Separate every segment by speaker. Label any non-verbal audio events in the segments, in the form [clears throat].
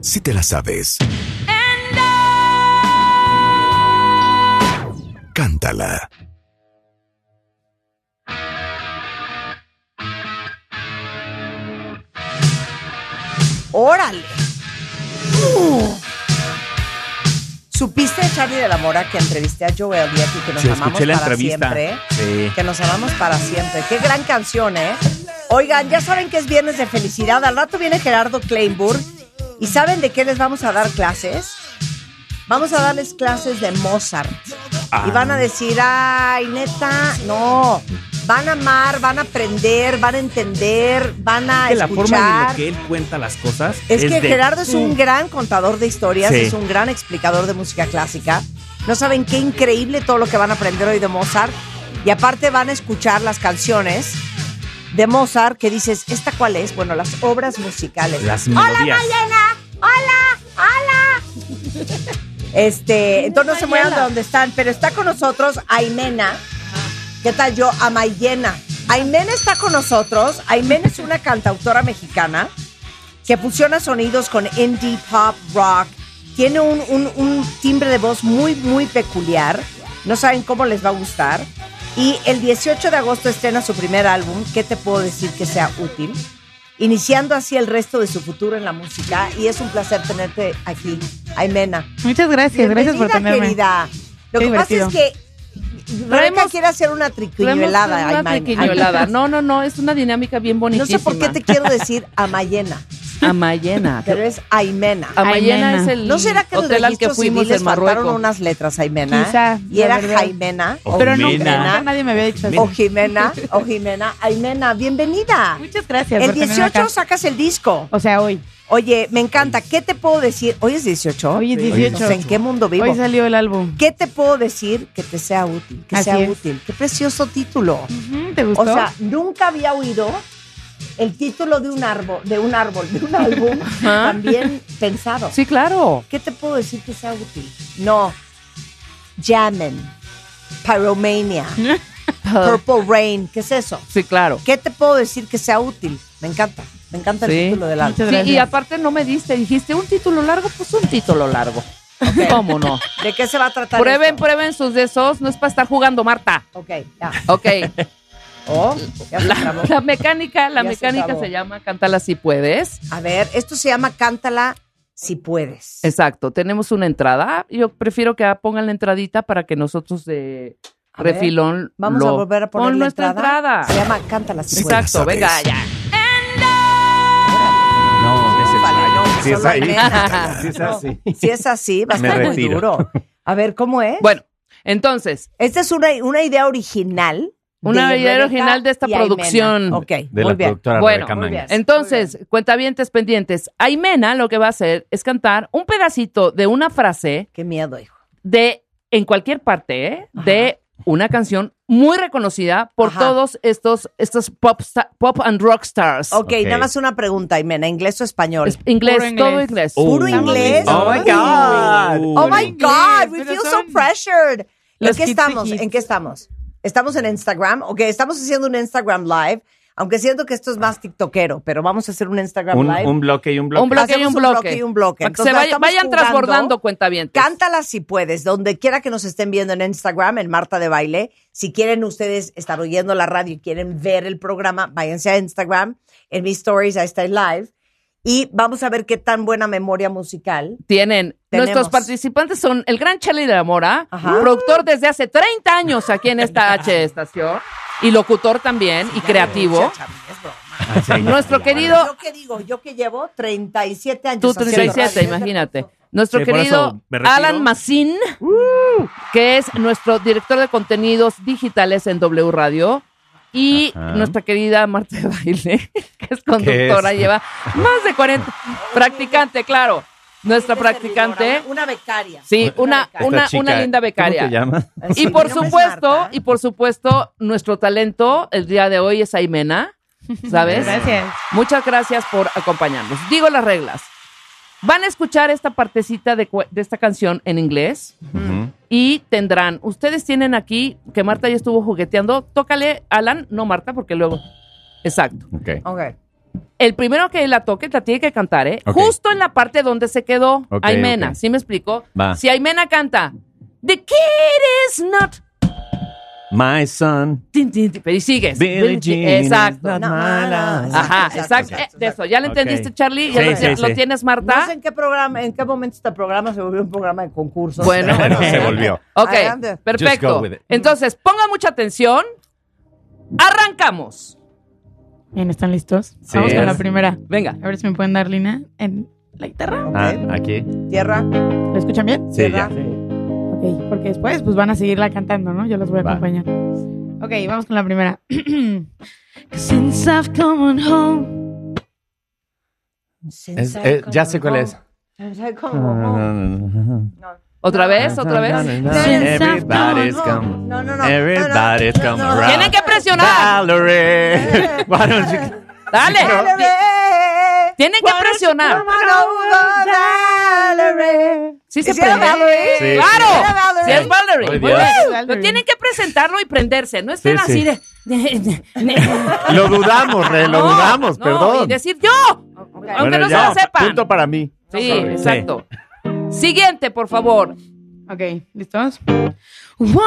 Speaker 1: si te la sabes. Cántala.
Speaker 2: ¡Órale! Uh. ¿Supiste de Charlie de la Mora que entrevisté a Joe Elliott y que nos
Speaker 3: Sí,
Speaker 2: amamos
Speaker 3: escuché la
Speaker 2: para
Speaker 3: entrevista.
Speaker 2: siempre?
Speaker 3: Sí.
Speaker 2: Que nos amamos para siempre. Qué gran canción, ¿eh? Oigan, ya saben que es viernes de felicidad. Al rato viene Gerardo Kleinburg. ¿Y saben de qué les vamos a dar clases? Vamos a darles clases de Mozart.
Speaker 3: Ah.
Speaker 2: Y van a decir, ay, neta, no. Van a amar, van a aprender, van a entender, van a
Speaker 3: Que la
Speaker 2: escuchar.
Speaker 3: forma en la que él cuenta las cosas
Speaker 2: Es, que
Speaker 3: de- Mm.
Speaker 2: Gerardo es un gran contador de historias,
Speaker 3: Sí.
Speaker 2: es un gran explicador de música clásica. No saben qué increíble todo lo que van a aprender hoy de Mozart. Y aparte van a escuchar las canciones de Mozart que dices, ¿esta cuál es? Bueno, las obras musicales.
Speaker 3: las melodías.
Speaker 2: Este, entonces no se muevan de
Speaker 4: Mayela.
Speaker 2: donde están, pero está con nosotros Aimena. ¿Qué tal yo? A Mayena. Aimena está con nosotros. Aimena es una cantautora mexicana que fusiona sonidos con indie, pop, rock. Tiene un, un- un timbre de voz muy, muy peculiar. No saben cómo les va a gustar. Y el 18 de agosto estrena su primer álbum, ¿Qué te puedo decir que sea útil? Iniciando así el resto de su futuro en la música. Y es un placer tenerte aquí, Aimena.
Speaker 4: Muchas gracias, gracias por
Speaker 2: Bienvenida,
Speaker 4: tenerme.
Speaker 2: querida. Lo
Speaker 4: Qué
Speaker 2: que
Speaker 4: divertido.
Speaker 2: pasa es que Rebeca
Speaker 5: Traemos-
Speaker 2: quiere hacer una triquiñuelada.
Speaker 5: Traemos Una
Speaker 2: Aymana. [laughs]
Speaker 5: triquiñuelada. No, no, no, es una dinámica bien
Speaker 2: No
Speaker 5: bonita.
Speaker 2: sé por qué te quiero decir Amayena,
Speaker 5: Amayena.
Speaker 2: pero es Aimena.
Speaker 5: Amayena
Speaker 4: Aymena.
Speaker 5: es el
Speaker 2: ¿No será que el
Speaker 5: hotel al que
Speaker 2: registro
Speaker 5: fuimos
Speaker 2: civil les
Speaker 5: en
Speaker 2: faltaron
Speaker 5: Marruecos.
Speaker 2: unas letras Aimena?
Speaker 4: Quizá,
Speaker 2: Y
Speaker 4: la
Speaker 2: era
Speaker 4: verdad.
Speaker 2: Jaimena o
Speaker 4: Pero
Speaker 3: Jimena.
Speaker 4: nunca, nunca nadie me había dicho
Speaker 2: o
Speaker 4: eso.
Speaker 2: Jimena o Jimena. Aimena, bienvenida.
Speaker 4: Muchas gracias.
Speaker 2: El
Speaker 4: por tenerme
Speaker 2: 18
Speaker 4: acá.
Speaker 2: sacas el disco.
Speaker 4: O sea, hoy.
Speaker 2: Oye, me encanta. ¿Qué te puedo decir? Hoy es 18.
Speaker 4: Hoy es
Speaker 2: No sé
Speaker 4: 18.
Speaker 2: ¿En qué mundo vivo?
Speaker 4: Hoy salió el álbum.
Speaker 2: ¿Qué te puedo decir que te sea útil? Que
Speaker 4: Así
Speaker 2: sea
Speaker 4: es.
Speaker 2: útil. Qué precioso título.
Speaker 4: Ujú, ¿Te gustó?
Speaker 2: O sea, nunca había oído el título de un árbol, de un árbol, de
Speaker 5: [laughs]
Speaker 2: un álbum
Speaker 5: Ajá.
Speaker 2: también pensado.
Speaker 5: Sí, claro.
Speaker 2: ¿Qué te puedo decir que sea útil? No. Jammin, Pyromania, Purple Rain, ¿qué es eso?
Speaker 5: Sí, claro.
Speaker 2: ¿Qué te puedo decir que sea útil? Me encanta, me encanta el
Speaker 5: Sí.
Speaker 2: título del álbum.
Speaker 4: Muchas
Speaker 5: Sí, y
Speaker 4: gracias.
Speaker 5: aparte no me diste, dijiste un título largo, pues un título largo.
Speaker 2: [laughs]
Speaker 5: ¿Cómo no?
Speaker 2: ¿De qué se va a tratar?
Speaker 5: Prueben, pues.
Speaker 2: esto?
Speaker 5: prueben sus de esos, no es para estar jugando, Marta.
Speaker 2: Ok, ya. [laughs]
Speaker 5: Ok,
Speaker 2: Oh, ya se
Speaker 5: la,
Speaker 2: acabó.
Speaker 5: la mecánica,
Speaker 2: Ya
Speaker 5: la
Speaker 2: se
Speaker 5: mecánica
Speaker 2: acabó.
Speaker 5: se llama Cántala si puedes.
Speaker 2: A ver, esto se llama Cántala si puedes.
Speaker 5: Exacto, tenemos una entrada. Yo prefiero que pongan la entradita para que nosotros de
Speaker 2: A ver,
Speaker 5: refilón
Speaker 2: Vamos
Speaker 5: lo-
Speaker 2: a volver a poner
Speaker 5: Pon
Speaker 2: la
Speaker 5: nuestra entrada.
Speaker 2: Se llama Cántala si puedes.
Speaker 5: Exacto,
Speaker 1: Pues,
Speaker 5: venga
Speaker 1: ¿sabes?
Speaker 5: ya.
Speaker 3: No, ese es
Speaker 2: Vale, no,
Speaker 3: Mayo.
Speaker 2: solo
Speaker 3: [laughs]
Speaker 2: Aimena.
Speaker 3: Sí es
Speaker 2: No.
Speaker 3: así.
Speaker 2: Si es así, va a
Speaker 3: Me
Speaker 2: estar muy
Speaker 3: retiro.
Speaker 2: duro. A ver, ¿cómo es?
Speaker 5: [laughs] Bueno, entonces,
Speaker 2: Esta es una, una idea original.
Speaker 5: Una
Speaker 2: de
Speaker 5: idea
Speaker 2: Rebeca
Speaker 5: original de esta
Speaker 2: y Aimena.
Speaker 5: producción.
Speaker 2: Ok,
Speaker 3: De
Speaker 2: muy
Speaker 3: la
Speaker 2: bien.
Speaker 3: productora
Speaker 5: Bueno,
Speaker 3: Rebeca
Speaker 2: muy
Speaker 3: Mangas.
Speaker 2: bien.
Speaker 5: entonces, cuentavientes pendientes. Aimena lo que va a hacer es cantar un pedacito de una frase
Speaker 2: Qué miedo, hijo.
Speaker 5: de, en cualquier parte, ¿eh?
Speaker 2: Ajá.
Speaker 5: de una canción muy reconocida por
Speaker 2: Ajá.
Speaker 5: todos estos, estos pop, sta- pop and rock stars.
Speaker 2: Ok,
Speaker 3: Ok.
Speaker 2: nada más una pregunta, Aimena, ¿inglés o español?
Speaker 5: Es inglés,
Speaker 4: Puro inglés.
Speaker 5: todo inglés.
Speaker 3: Uh,
Speaker 2: Puro inglés.
Speaker 3: Oh my God.
Speaker 2: oh my
Speaker 4: inglés,
Speaker 2: God, we
Speaker 4: pero
Speaker 2: feel so
Speaker 4: son
Speaker 2: pressured. ¿En
Speaker 4: los
Speaker 2: qué
Speaker 4: kids de
Speaker 2: estamos?
Speaker 4: kids.
Speaker 2: ¿En qué estamos? ¿Estamos en Instagram? Ok, estamos haciendo un Instagram live, aunque siento que esto es más tiktokero, pero vamos a hacer un Instagram
Speaker 3: Un,
Speaker 2: live.
Speaker 3: un bloque y un bloque.
Speaker 5: un bloque y
Speaker 2: Hacemos
Speaker 5: un bloque.
Speaker 2: y un bloque.
Speaker 5: Para que
Speaker 2: Entonces,
Speaker 5: se vaya-
Speaker 2: estamos
Speaker 5: vayan
Speaker 2: jugando.
Speaker 5: transbordando cuentavientes.
Speaker 2: Cántala si puedes, donde quiera que nos estén viendo en Instagram, en Marta de Baile. Si quieren ustedes estar oyendo la radio y quieren ver el programa, váyanse a Instagram, en mis stories, ahí está el live. Y vamos a ver qué tan buena memoria musical.
Speaker 5: Tienen.
Speaker 2: Tenemos.
Speaker 5: Nuestros participantes son el gran Charlie de la Mora,
Speaker 2: Ajá.
Speaker 5: productor desde hace 30 años aquí
Speaker 2: [laughs]
Speaker 5: en esta H estación, y locutor también, y creativo.
Speaker 3: Ay, Ah, sí, ya.
Speaker 5: Nuestro querido,
Speaker 2: Yo que digo, yo que llevo 37 años.
Speaker 5: tú
Speaker 2: haciendo
Speaker 5: 37,
Speaker 2: radio.
Speaker 5: imagínate. Nuestro
Speaker 3: Sí, por
Speaker 5: querido
Speaker 3: eso me retiro.
Speaker 5: Alan Massin, que es nuestro director de contenidos digitales en W Radio. Y
Speaker 3: Ajá.
Speaker 5: nuestra querida Marta de Baile, [laughs] que es conductora,
Speaker 3: es?
Speaker 5: lleva más de 40. practicante, claro. Nuestra practicante.
Speaker 2: Una, una becaria.
Speaker 5: Sí, una,
Speaker 2: becaria.
Speaker 5: una,
Speaker 3: Esta
Speaker 5: una
Speaker 3: chica,
Speaker 5: linda becaria.
Speaker 3: ¿Cómo te llamas?
Speaker 5: Y
Speaker 2: Sí,
Speaker 5: por
Speaker 2: mi nombre es
Speaker 5: supuesto,
Speaker 2: Marta.
Speaker 5: y por supuesto, nuestro talento el día de hoy es Aimena, ¿sabes?
Speaker 4: Gracias.
Speaker 5: Muchas gracias por acompañarnos. Digo las reglas. Van a escuchar esta partecita de, cu- de esta canción en inglés
Speaker 2: Mm.
Speaker 3: Ujú.
Speaker 5: y tendrán, ustedes tienen aquí, que Marta ya estuvo jugueteando, tócale, Alan, no Marta, porque luego... Exacto.
Speaker 3: Ok.
Speaker 2: Ok.
Speaker 5: el primero que la toque la tiene que cantar, ¿eh?
Speaker 6: Ok.
Speaker 5: Justo en la parte donde se quedó
Speaker 6: Ok,
Speaker 5: Aymena.
Speaker 6: ok.
Speaker 5: ¿Sí me explico?
Speaker 6: Va.
Speaker 5: Si Aymena canta, The kid is not.
Speaker 6: My son,
Speaker 5: tin, tin, tin, y sigues.
Speaker 6: Billie Jean. is
Speaker 5: Exacto.
Speaker 6: not
Speaker 2: No,
Speaker 6: my
Speaker 2: no,
Speaker 6: love.
Speaker 2: no,
Speaker 5: Ajá,
Speaker 2: Exacto,
Speaker 5: exacto.
Speaker 2: exacto,
Speaker 5: eh,
Speaker 2: exacto.
Speaker 5: de eso. Ya lo
Speaker 6: Ok.
Speaker 5: entendiste, Charlie. Ya
Speaker 6: Sí,
Speaker 5: lo,
Speaker 6: sí,
Speaker 5: ya lo
Speaker 6: sí.
Speaker 5: tienes,
Speaker 2: No
Speaker 5: Marta.
Speaker 2: sé en qué programa, en qué momento este programa se volvió un programa de concursos.
Speaker 5: Bueno,
Speaker 6: Bueno, se
Speaker 5: adelante.
Speaker 6: volvió.
Speaker 5: Ok,
Speaker 2: Adelante.
Speaker 6: Just go
Speaker 5: perfecto.
Speaker 6: with it.
Speaker 5: Entonces, ponga mucha atención. Arrancamos.
Speaker 4: Bien, ¿están listos?
Speaker 6: Sí.
Speaker 4: Vamos con la
Speaker 6: Sí.
Speaker 4: primera.
Speaker 5: Venga.
Speaker 4: A ver si me pueden dar lina en la guitarra.
Speaker 6: Ah,
Speaker 2: ¿Eh?
Speaker 6: aquí.
Speaker 2: Tierra,
Speaker 4: ¿Lo escuchan bien?
Speaker 6: Sí, ya.
Speaker 4: Ok, porque después pues van a seguirla cantando, ¿no? Yo los voy a
Speaker 6: Va.
Speaker 4: acompañar. Ok, vamos con la primera. [clears throat] Since I've come home.
Speaker 6: Es- eh, ya sé cuál es.
Speaker 2: Oh, No, oh. Ah,
Speaker 5: Otra vez, otra vez.
Speaker 6: Everybody's come.
Speaker 2: no, no.
Speaker 6: Everybody's
Speaker 2: No, no,
Speaker 6: come
Speaker 2: no, no.
Speaker 6: around.
Speaker 5: Tienen que presionar. [laughs]
Speaker 6: Valerie. Why don't you-
Speaker 5: Dale.
Speaker 2: Valerie,
Speaker 5: Tienen que presionar.
Speaker 2: come on over, Valerie.
Speaker 5: Sí se
Speaker 2: ¿Sí era
Speaker 5: prende.
Speaker 2: Valerie?
Speaker 6: Sí.
Speaker 2: ¿Era
Speaker 5: Claro.
Speaker 2: Valerie?
Speaker 5: Sí es Valerie.
Speaker 6: Ay,
Speaker 5: Muy
Speaker 6: Dios.
Speaker 5: bien.
Speaker 4: Valerie.
Speaker 5: Pero tienen que presentarlo y prenderse. No estén
Speaker 6: Sí,
Speaker 5: así
Speaker 6: sí.
Speaker 5: de.
Speaker 6: [laughs] Lo dudamos, re, lo
Speaker 5: No,
Speaker 6: dudamos,
Speaker 5: no,
Speaker 6: perdón.
Speaker 5: Y decir yo. Aunque no se
Speaker 6: ya,
Speaker 5: lo sepan.
Speaker 6: Punto para mí.
Speaker 5: Sí, exacto. Siguiente, por favor.
Speaker 4: Ok, ¿listos? Wow.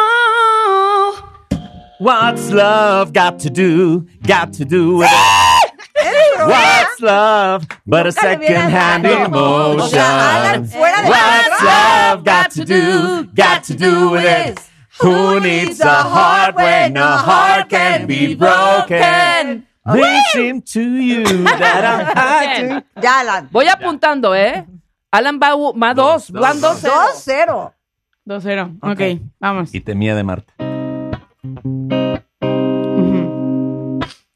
Speaker 6: What's love got to do? Got to do with it. What's love but a
Speaker 2: Nunca le hubieran
Speaker 6: second hand
Speaker 2: dado. O
Speaker 6: emotion?
Speaker 2: sea, hagan fuera de
Speaker 6: What's love got to do? Got to do with it. Who needs a heart when a heart can be broken? Listen to you that
Speaker 5: [laughs]
Speaker 6: I'm
Speaker 5: Bien.
Speaker 2: Ya, Alan.
Speaker 5: Voy apuntando, ¿eh? Alan va, u- va dos, van dos. cero.
Speaker 2: 2-0.
Speaker 4: 2-0. ok, vamos.
Speaker 6: Y temía de Marta.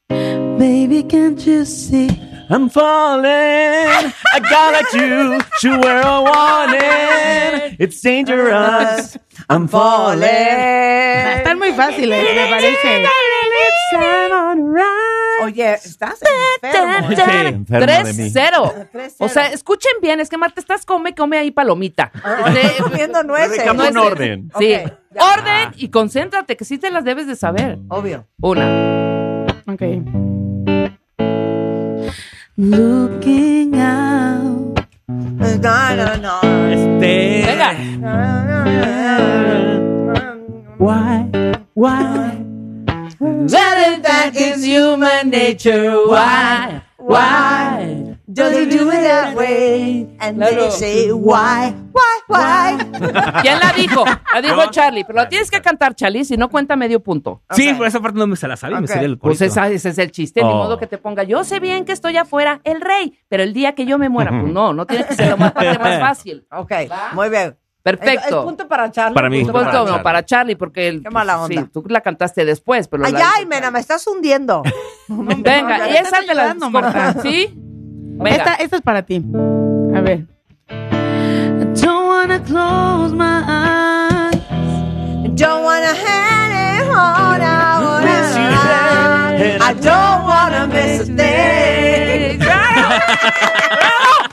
Speaker 4: Baby, can't you see?
Speaker 6: I'm falling. I got at you. You were a warning. It's dangerous. I'm falling.
Speaker 4: Están muy fáciles, me parece.
Speaker 2: Oye, estás enfermo. ¿eh?
Speaker 6: Estoy enfermo de mí.
Speaker 5: 3-0.
Speaker 2: 3-0.
Speaker 5: O sea, escuchen bien, es que Marta estás come, come ahí palomita. Este,
Speaker 2: Estoy
Speaker 5: [laughs]
Speaker 2: comiendo nueces.
Speaker 6: Recapitulamos
Speaker 2: Nueces.
Speaker 6: un orden.
Speaker 5: Sí.
Speaker 2: Ok, ya.
Speaker 5: Orden y concéntrate, que sí te las debes de saber.
Speaker 2: Obvio.
Speaker 5: Una.
Speaker 4: Ok. Looking out.
Speaker 2: No, no, no.
Speaker 5: Venga.
Speaker 6: Why? Why?
Speaker 5: That is human nature. Why? Why?
Speaker 2: Does it do it that way? And
Speaker 5: Claro.
Speaker 2: they say, why, why, why?
Speaker 5: ¿Quién la dijo? La dijo Charlie, pero la tienes que cantar, Charlie, si no cuenta medio punto.
Speaker 3: Sí,
Speaker 2: Ok.
Speaker 3: por esa parte no me se la sabía, me
Speaker 2: Ok.
Speaker 3: sabía el
Speaker 5: Pues
Speaker 3: corito.
Speaker 5: esa- ese es el chiste, ni
Speaker 6: Oh.
Speaker 5: modo que te ponga, yo sé bien que estoy afuera, el rey, pero el día que yo me muera, pues no, no tiene que ser la más, parte más
Speaker 3: [laughs]
Speaker 5: fácil.
Speaker 2: Ok, muy bien.
Speaker 5: Perfecto.
Speaker 2: El, el punto para Charlie.
Speaker 3: Para mí.
Speaker 2: punto
Speaker 5: Punto
Speaker 3: para
Speaker 5: no,
Speaker 3: Charlie.
Speaker 5: para Charlie, porque el-
Speaker 2: Qué mala
Speaker 5: sí,
Speaker 2: onda.
Speaker 5: tú la cantaste después, pero la-
Speaker 2: Ay, ay, mena, me estás [laughs] hundiendo.
Speaker 5: [laughs] Venga,
Speaker 4: No, me
Speaker 5: y esa
Speaker 4: estás
Speaker 5: te la
Speaker 4: ayudando, Marta.
Speaker 5: ¿Sí?
Speaker 4: Esta,
Speaker 5: Venga.
Speaker 4: esta es para ti. A ver. Don't wanna close my eyes.
Speaker 2: Don't wanna hang it on, I
Speaker 6: Miss you
Speaker 2: wanna
Speaker 6: then.
Speaker 2: I don't wanna miss a
Speaker 5: [laughs]
Speaker 2: day.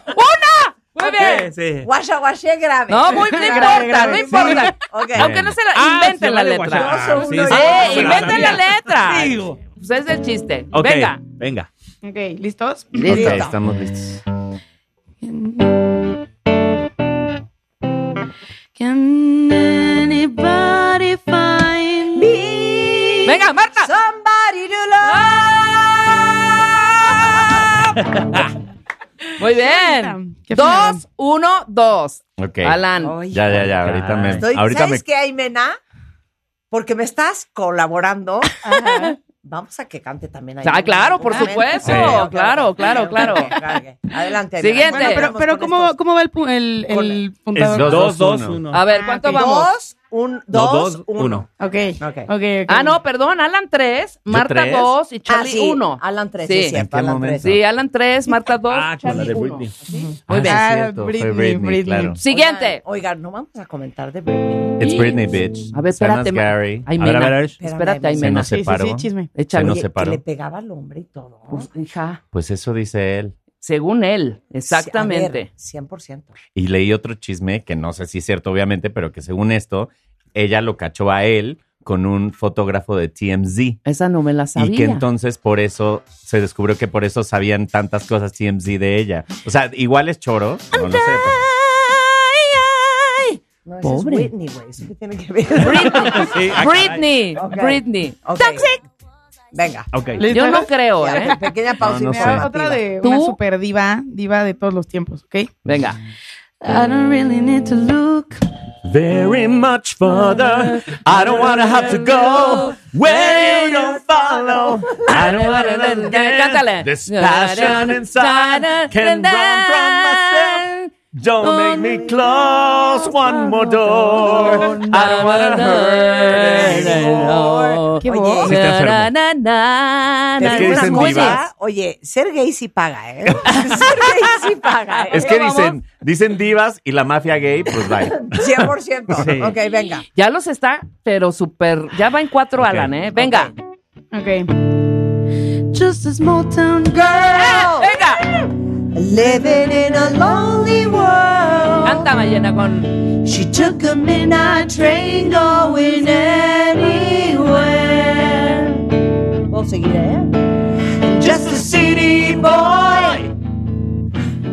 Speaker 5: ¡Una! Muy bien.
Speaker 3: Sí, sí.
Speaker 2: Guasha, guasha, grave.
Speaker 5: No, muy no importa, no importa.
Speaker 2: Ok.
Speaker 5: Aunque no se la
Speaker 3: Ah,
Speaker 5: inventen
Speaker 3: se
Speaker 5: la
Speaker 3: vale
Speaker 5: letra.
Speaker 3: guachar.
Speaker 2: Dos,
Speaker 3: Sí,
Speaker 2: uno,
Speaker 3: sí,
Speaker 2: y-
Speaker 5: ¡Eh,
Speaker 3: sí,
Speaker 5: inventen la
Speaker 3: sabía.
Speaker 5: letra!
Speaker 3: Digo.
Speaker 5: Pues es el chiste.
Speaker 3: Ok,
Speaker 5: Venga.
Speaker 3: venga.
Speaker 4: Ok, ¿listos?
Speaker 6: Ok,
Speaker 2: Listo.
Speaker 6: estamos listos.
Speaker 4: Can anybody find me?
Speaker 5: Venga, Marta.
Speaker 2: [laughs] Somebody to
Speaker 5: Ah.
Speaker 2: love.
Speaker 5: Muy bien.
Speaker 4: Qué finalón.
Speaker 5: Dos, uno, dos.
Speaker 6: Ok.
Speaker 5: Alan.
Speaker 2: Ay,
Speaker 6: Ya, ya, ya. Ahorita me.
Speaker 2: Estoy,
Speaker 6: ahorita
Speaker 2: ¿Sabes
Speaker 6: me.
Speaker 2: qué hay, mena? Porque me estás colaborando. Vamos a que cante también ahí.
Speaker 5: Ah, claro, por supuesto. Claro, claro, claro.
Speaker 2: Adelante. Aymena.
Speaker 5: Siguiente.
Speaker 4: Bueno, pero,
Speaker 2: Vamos
Speaker 4: pero
Speaker 2: con
Speaker 4: ¿cómo,
Speaker 2: estos.
Speaker 4: ¿cómo va el, pu- el, el
Speaker 3: Es
Speaker 4: puntador?
Speaker 6: dos,
Speaker 3: dos,
Speaker 6: dos,
Speaker 3: dos,
Speaker 6: uno.
Speaker 3: uno.
Speaker 5: A ver, ¿cuánto
Speaker 4: Ah, ok.
Speaker 5: vamos?
Speaker 2: Dos, un,
Speaker 3: No,
Speaker 2: dos,
Speaker 3: dos,
Speaker 2: uno.
Speaker 3: uno.
Speaker 4: Ok.
Speaker 2: Ok.
Speaker 4: Ok, ok.
Speaker 5: Ah, no, perdón. Alan tres, Marta
Speaker 6: tres?
Speaker 5: dos y
Speaker 2: Ah,
Speaker 5: Charlie
Speaker 2: sí,
Speaker 5: uno.
Speaker 2: Alan tres,
Speaker 5: Sí.
Speaker 2: sí, es
Speaker 6: ¿En
Speaker 2: cierto.
Speaker 6: qué
Speaker 2: Alan
Speaker 6: momento?
Speaker 2: tres.
Speaker 5: Sí, Alan tres, Marta dos,
Speaker 3: Ah, con la
Speaker 5: Charlie
Speaker 3: de
Speaker 5: uno.
Speaker 3: Britney.
Speaker 6: Muy bien.
Speaker 4: Ah,
Speaker 6: cierto, fue
Speaker 4: Britney,
Speaker 6: Britney,
Speaker 4: Britney.
Speaker 6: claro.
Speaker 5: Siguiente.
Speaker 2: Oigan, oigan, no vamos a comentar de Britney.
Speaker 6: It's Britney, bitch.
Speaker 5: A ver,
Speaker 6: Someone's
Speaker 5: espérate. ma-
Speaker 6: Gary.
Speaker 5: Ay,
Speaker 6: A ver, a
Speaker 5: Mena.
Speaker 6: ver, a ver.
Speaker 2: Espérame,
Speaker 5: Espérate,
Speaker 2: Mena.
Speaker 5: ay,
Speaker 6: Se
Speaker 5: Mena.
Speaker 6: nos
Speaker 4: Sí, sí,
Speaker 6: separó.
Speaker 4: sí, chisme.
Speaker 6: Se
Speaker 5: Échale.
Speaker 6: nos
Speaker 2: Oye,
Speaker 6: separó.
Speaker 2: Que le pegaba al hombre y todo.
Speaker 5: Pues, hija,
Speaker 6: Pues eso dice él.
Speaker 5: según él, exactamente.
Speaker 2: Sí, a ver, 100%.
Speaker 6: Y leí otro chisme que no sé si es cierto, obviamente, pero que según esto, ella lo cachó a él con un fotógrafo de TMZ.
Speaker 5: Esa no me la sabía.
Speaker 6: Y que entonces por eso se descubrió que por eso sabían tantas cosas TMZ de ella. O sea, igual es choro, no lo sé.
Speaker 5: [laughs]
Speaker 2: No, ese
Speaker 5: Pobre.
Speaker 2: es Whitney, güey. ¿Eso qué tiene que ver?
Speaker 5: Britney.
Speaker 6: pero- Sí, ah, caray.
Speaker 5: Britney.
Speaker 2: Ok.
Speaker 5: Britney.
Speaker 2: [laughs] Ok. Venga.
Speaker 6: Ok.
Speaker 5: Yo no creo,
Speaker 2: Ya,
Speaker 5: ¿eh?
Speaker 2: Pequeña pausa
Speaker 6: No, no
Speaker 2: y
Speaker 6: sé.
Speaker 2: media.
Speaker 4: Otra de
Speaker 5: ¿Tú?
Speaker 4: una super diva, diva de todos los tiempos, ¿ok?
Speaker 5: Venga.
Speaker 4: I don't really need to look.
Speaker 6: Very much further. I don't wanna have to go where you don't follow. I don't wanna let
Speaker 5: [laughs]
Speaker 6: dance.
Speaker 5: Cántale.
Speaker 6: This passion inside can run from myself. Don't make me close one more door. I don't wanna hurt anymore.
Speaker 4: Qué
Speaker 2: Oye,
Speaker 4: voz.
Speaker 6: Sí, está enfermo.
Speaker 5: Na, na, na,
Speaker 2: te
Speaker 5: na,
Speaker 6: Es que
Speaker 2: digo
Speaker 5: na.
Speaker 6: dicen
Speaker 2: una cosa,
Speaker 6: divas.
Speaker 2: Oye, ser gay sí paga, ¿eh? [laughs] ser gay sí paga, ¿eh?
Speaker 6: Es que
Speaker 5: Vamos.
Speaker 6: dicen, dicen divas y la mafia gay, pues bye.
Speaker 2: 100%.
Speaker 6: Sí.
Speaker 2: Ok, venga.
Speaker 5: Ya los está, pero súper. Ya va en cuatro,
Speaker 6: Ok.
Speaker 5: Alan, ¿eh? Venga.
Speaker 4: Ok. Just a small town girl.
Speaker 5: Venga.
Speaker 2: Living in a lonely world.
Speaker 5: Canta, ballena, con.
Speaker 4: She took a midnight train going anywhere.
Speaker 2: Puedo seguir, ¿eh?
Speaker 4: Just a city boy.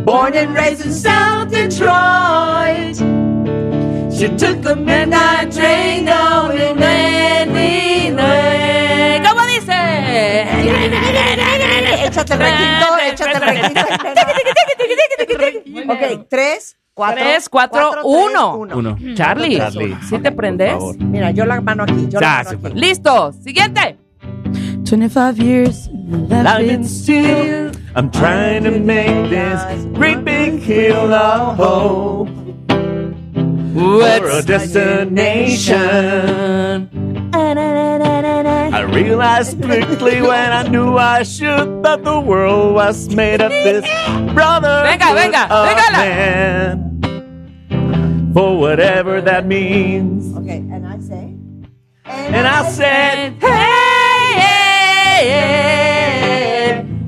Speaker 4: Born and raised in South Detroit. She took a midnight train going anywhere.
Speaker 5: eh, ¿Cómo dice?
Speaker 2: Échate el requinto, échate el requinto. ok, tres, cuatro.
Speaker 5: Tres, cuatro, uno.
Speaker 3: Uno.
Speaker 5: Charlie,
Speaker 6: Charlie.
Speaker 5: ¿sí te prendes?
Speaker 6: Por favor.
Speaker 2: Mira, yo la mano aquí, yo
Speaker 6: Ya,
Speaker 2: la
Speaker 6: se fue.
Speaker 2: mano aquí.
Speaker 5: Listo. Siguiente.
Speaker 4: 25 years left
Speaker 6: Life is still. I'm trying to make this great big hill of hope. For a destination. I realized quickly when I knew I should that the world was made of this brother.
Speaker 5: Venga, venga, vengala.
Speaker 6: For whatever that means.
Speaker 2: Ok, and I say.
Speaker 6: And I said,
Speaker 5: Hey, hey,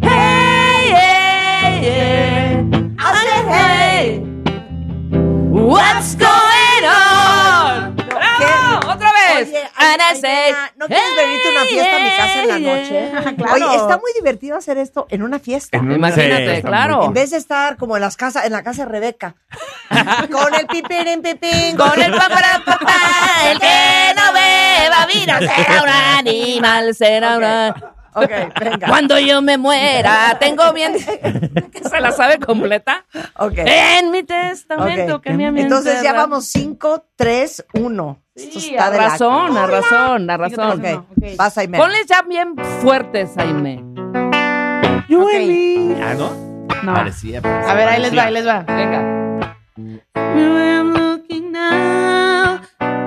Speaker 5: hey, hey, hey, hey.
Speaker 2: I said, hey.
Speaker 5: What's going on?
Speaker 2: No,
Speaker 5: ¡Bravo! ¡Otra vez!
Speaker 2: Oye, ay,
Speaker 5: And I
Speaker 2: ay,
Speaker 5: say,
Speaker 2: nena, ¿no quieres
Speaker 5: hey,
Speaker 2: venirte a una fiesta a mi casa en la
Speaker 5: [laughs] hey, Ah,
Speaker 2: noche?
Speaker 5: hey.
Speaker 2: Oye, está muy divertido hacer esto en una fiesta.
Speaker 6: En un-
Speaker 5: Imagínate,
Speaker 6: está
Speaker 5: claro.
Speaker 6: muy-
Speaker 2: En vez de estar como en las casas, en la casa de
Speaker 5: [laughs]
Speaker 2: Rebeca. con el pipirín pipín.
Speaker 5: Con el papá, papá, el que no beba vino será un animal, será una...
Speaker 2: Ok, venga.
Speaker 5: Cuando yo me muera, tengo bien... ¿Se la sabe completa?
Speaker 2: Ok.
Speaker 5: En mi testamento
Speaker 2: Ok.
Speaker 5: que mi amigo
Speaker 2: Entonces ya
Speaker 5: enterra-
Speaker 2: vamos 5, 3, 1.
Speaker 5: Sí, a razón, a razón, a razón.
Speaker 2: Ok, vas Aime.
Speaker 5: Ponles ya bien fuertes, Jaime.
Speaker 6: You
Speaker 2: Ok.
Speaker 6: and me. Ah, ¿no?
Speaker 4: No.
Speaker 6: Parecía, parecía,
Speaker 4: A ver, ahí les
Speaker 6: parecía.
Speaker 4: va, ahí les va.
Speaker 5: Venga.
Speaker 4: Where I'm looking now,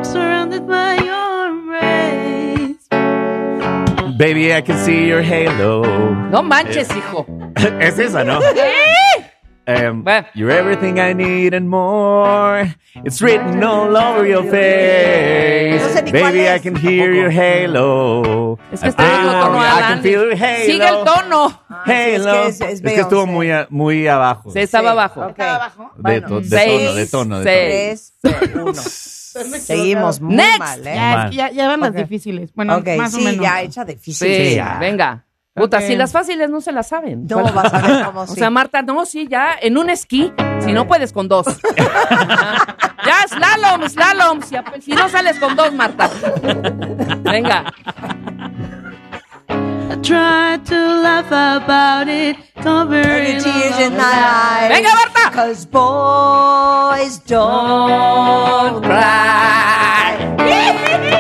Speaker 4: surrounded by your rays.
Speaker 6: Baby, I can see your halo.
Speaker 5: No
Speaker 6: Eh,
Speaker 5: manches, hijo.
Speaker 6: [laughs] es esa, ¿no? Um,
Speaker 5: Bueno.
Speaker 6: you're everything I need and more. It's written all over your face.
Speaker 2: No sé ni cuál
Speaker 6: Baby, I
Speaker 2: es.
Speaker 6: can hear your halo. Ah,
Speaker 5: Es que está en otro tono,
Speaker 6: I
Speaker 5: Alan.
Speaker 6: can feel your halo. Ah,
Speaker 5: Sigue el tono.
Speaker 6: Halo.
Speaker 2: Sí, es que es- es
Speaker 6: estuvo
Speaker 2: Beyoncé.
Speaker 6: muy, a- muy abajo.
Speaker 5: Se estaba abajo.
Speaker 2: Ok.
Speaker 4: abajo.
Speaker 6: de,
Speaker 2: bueno.
Speaker 6: to- de
Speaker 5: Seis,
Speaker 6: tono, de tono, de
Speaker 5: seis.
Speaker 2: 3, 1. Seguimos muy
Speaker 5: Next.
Speaker 2: mal, ¿eh?
Speaker 4: Ya, es que ya, ya van las
Speaker 2: Ok.
Speaker 4: difíciles. Bueno,
Speaker 2: Ok,
Speaker 4: más o
Speaker 2: sí,
Speaker 4: menos.
Speaker 2: ya hecha difícil.
Speaker 5: Sí,
Speaker 6: ya.
Speaker 5: venga. Puta,
Speaker 4: Ok.
Speaker 5: si las fáciles no se las saben.
Speaker 2: No vas a ver
Speaker 5: [laughs]
Speaker 2: cómo
Speaker 5: O
Speaker 2: sí.
Speaker 5: sea, Marta, no, sí, ya, en un esquí, si no puedes
Speaker 2: [laughs]
Speaker 5: con dos. ya, slalom, slalom, si, ap- si no sales con dos, Marta. Venga,
Speaker 4: I tried to laugh about it, covering
Speaker 2: Energy is
Speaker 4: all
Speaker 2: in
Speaker 4: of
Speaker 2: my eyes.
Speaker 5: venga, Marta.
Speaker 2: Cause boys don't cry.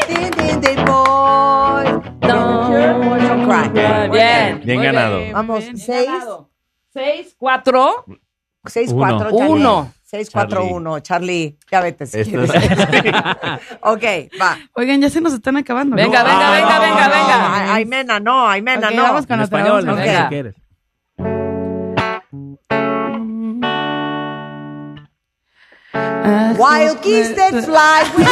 Speaker 2: Din, din, din, boy. Don't, boys don't cry.
Speaker 5: Bien.
Speaker 6: Bien
Speaker 5: Muy
Speaker 6: ganado.
Speaker 2: Vamos,
Speaker 5: Bien
Speaker 2: seis.
Speaker 5: ganado. Seis, cuatro.
Speaker 2: 6,
Speaker 6: Uno.
Speaker 2: 4, Charlie.
Speaker 5: Uno.
Speaker 2: 6, 4,
Speaker 6: Charlie.
Speaker 2: 1. Charlie, ya vete si
Speaker 6: Esto es-
Speaker 2: quieres. ok, va.
Speaker 4: Oigan, ya se nos están acabando. ¿no?
Speaker 5: Venga, venga, venga,
Speaker 2: No,
Speaker 5: venga,
Speaker 2: no,
Speaker 5: venga.
Speaker 2: Ay, ay, mena, no, ay, mena,
Speaker 4: Ok,
Speaker 2: no.
Speaker 4: vamos con
Speaker 6: [laughs]
Speaker 4: otra.
Speaker 3: En español,
Speaker 4: vamos
Speaker 3: ¿no?
Speaker 4: con
Speaker 5: Venga.
Speaker 3: Si quieres.
Speaker 4: otra.
Speaker 2: Wild kiss that fly
Speaker 5: [laughs]
Speaker 2: with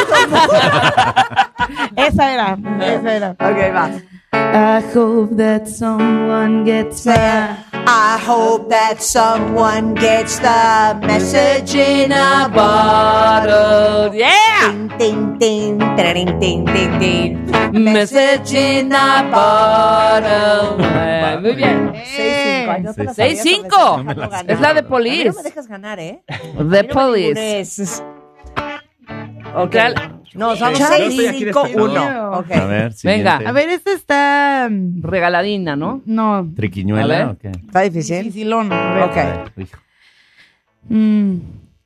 Speaker 2: the moon.
Speaker 4: Esa era, esa era.
Speaker 2: Ok, va.
Speaker 4: I hope that someone gets there.
Speaker 2: I hope that someone gets the message in a bottle.
Speaker 5: Yeah.
Speaker 2: Tin, tin, tin, tararin, tin, tin, tin.
Speaker 5: Message in a bottle. Eh, Muy bien.
Speaker 7: 6-5. Ay, no te la
Speaker 5: Seis,
Speaker 7: sabías,
Speaker 5: cinco.
Speaker 7: Vanessa, te
Speaker 2: No me la
Speaker 7: dejo
Speaker 5: Es la
Speaker 7: ganar. A mí No
Speaker 5: de
Speaker 7: me
Speaker 5: Police.
Speaker 7: dejas ganar, ¿eh?
Speaker 5: The Police.
Speaker 7: Police.
Speaker 5: Ok.
Speaker 7: No, son
Speaker 2: Yo estoy aquí de
Speaker 7: 6-5-1.
Speaker 4: espectador.
Speaker 7: Ok.
Speaker 6: A ver,
Speaker 5: Venga.
Speaker 6: siguiente.
Speaker 4: A ver, esta está. mm,
Speaker 5: Regaladina, ¿no?
Speaker 4: No,
Speaker 5: A ver.
Speaker 6: ¿Triquiñuela o qué?
Speaker 7: ¿Está difícil?
Speaker 4: dificilón. A ver.
Speaker 7: Ok.
Speaker 6: Hijo,
Speaker 4: Mm.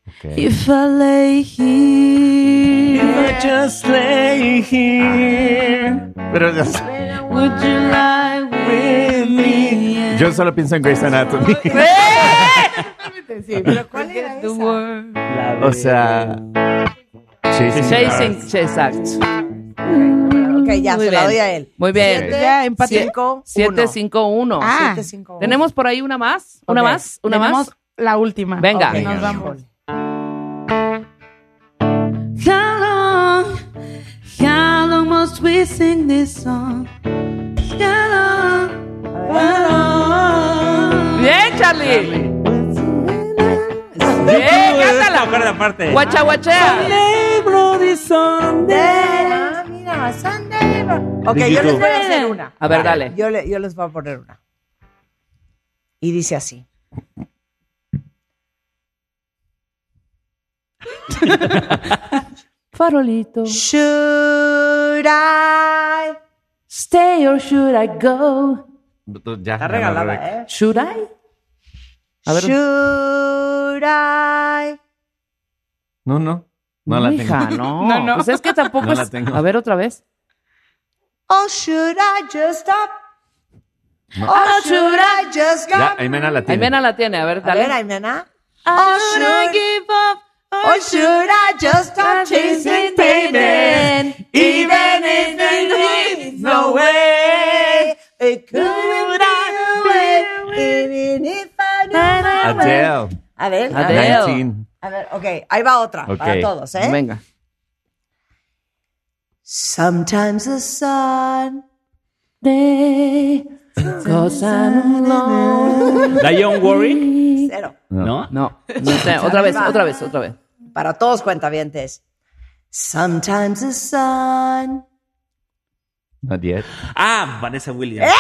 Speaker 6: ok.
Speaker 4: If I lay here,
Speaker 6: just lay here. Pero ya
Speaker 4: would you lie with me?
Speaker 6: Yo solo pienso en Grey's Anatomy.
Speaker 4: Sí, pero ¿cuál
Speaker 7: era
Speaker 4: the
Speaker 7: esa?
Speaker 4: world?
Speaker 6: o sea. Chasing.
Speaker 5: Chasing,
Speaker 6: Cars.
Speaker 5: exacto.
Speaker 7: Ok, ya,
Speaker 5: Muy
Speaker 7: se la
Speaker 5: bien.
Speaker 7: doy a él.
Speaker 5: Muy bien.
Speaker 4: Ya, empate.
Speaker 7: 5
Speaker 5: 7, 5, 1.
Speaker 4: Ah,
Speaker 5: Tenemos por ahí una más. Una
Speaker 7: Ok.
Speaker 5: más. Una
Speaker 4: Tenemos
Speaker 5: más.
Speaker 4: la última.
Speaker 5: Venga.
Speaker 4: Ok,
Speaker 6: Venga.
Speaker 4: nos vamos. How long, how long must we sing this song? How long, how long?
Speaker 5: Bien, Charlie.
Speaker 2: Eh,
Speaker 5: Bien,
Speaker 2: Esta
Speaker 5: cántala.
Speaker 2: cuarta parte.
Speaker 5: Guacha, guachea.
Speaker 7: Ah, mira, Sunday. Ok,
Speaker 6: De
Speaker 7: yo les
Speaker 6: YouTube.
Speaker 7: voy a hacer una.
Speaker 5: A ver, dale.
Speaker 7: Yo, le- yo les voy a poner una. Y dice así.
Speaker 5: Farolito.
Speaker 7: Should I?
Speaker 5: Stay or should I go?
Speaker 6: Ya,
Speaker 7: Está
Speaker 6: ganó Rebeca.
Speaker 7: regalada, ¿eh?
Speaker 5: Should I? A ver.
Speaker 7: Should I?
Speaker 6: No, no. No la tengo.
Speaker 5: Hija, no.
Speaker 4: No, no.
Speaker 5: Pues es que
Speaker 6: [laughs]
Speaker 5: tampoco
Speaker 6: No la
Speaker 5: es-
Speaker 6: tengo.
Speaker 5: A ver, otra vez.
Speaker 7: Or should I just stop?
Speaker 6: No.
Speaker 7: Or should I just go?
Speaker 6: Ya, Aimena la tiene.
Speaker 5: Aimena la tiene. A ver, Oh,
Speaker 7: A
Speaker 5: dale. Ah,
Speaker 7: ver, Aimena.
Speaker 4: Or
Speaker 7: should
Speaker 4: should
Speaker 7: I
Speaker 4: I give up?
Speaker 7: Or should I just stop chasing payment? Even if it means no way, it could have been a way, even if I knew my way.
Speaker 6: Adele.
Speaker 7: A ver, a ver,
Speaker 5: Adele.
Speaker 6: 19.
Speaker 7: a ver, ok, ahí va otra para
Speaker 6: Ok.
Speaker 7: todos, ¿eh?
Speaker 5: Venga.
Speaker 7: Sometimes the sun
Speaker 2: Dion Warwick.
Speaker 7: cero.
Speaker 2: ¿No?
Speaker 5: No, no sé. Otra vez, otra vez, otra vez.
Speaker 7: Para todos cuentavientes. Sometimes the sun.
Speaker 6: Not yet.
Speaker 2: Ah, Vanessa Williams.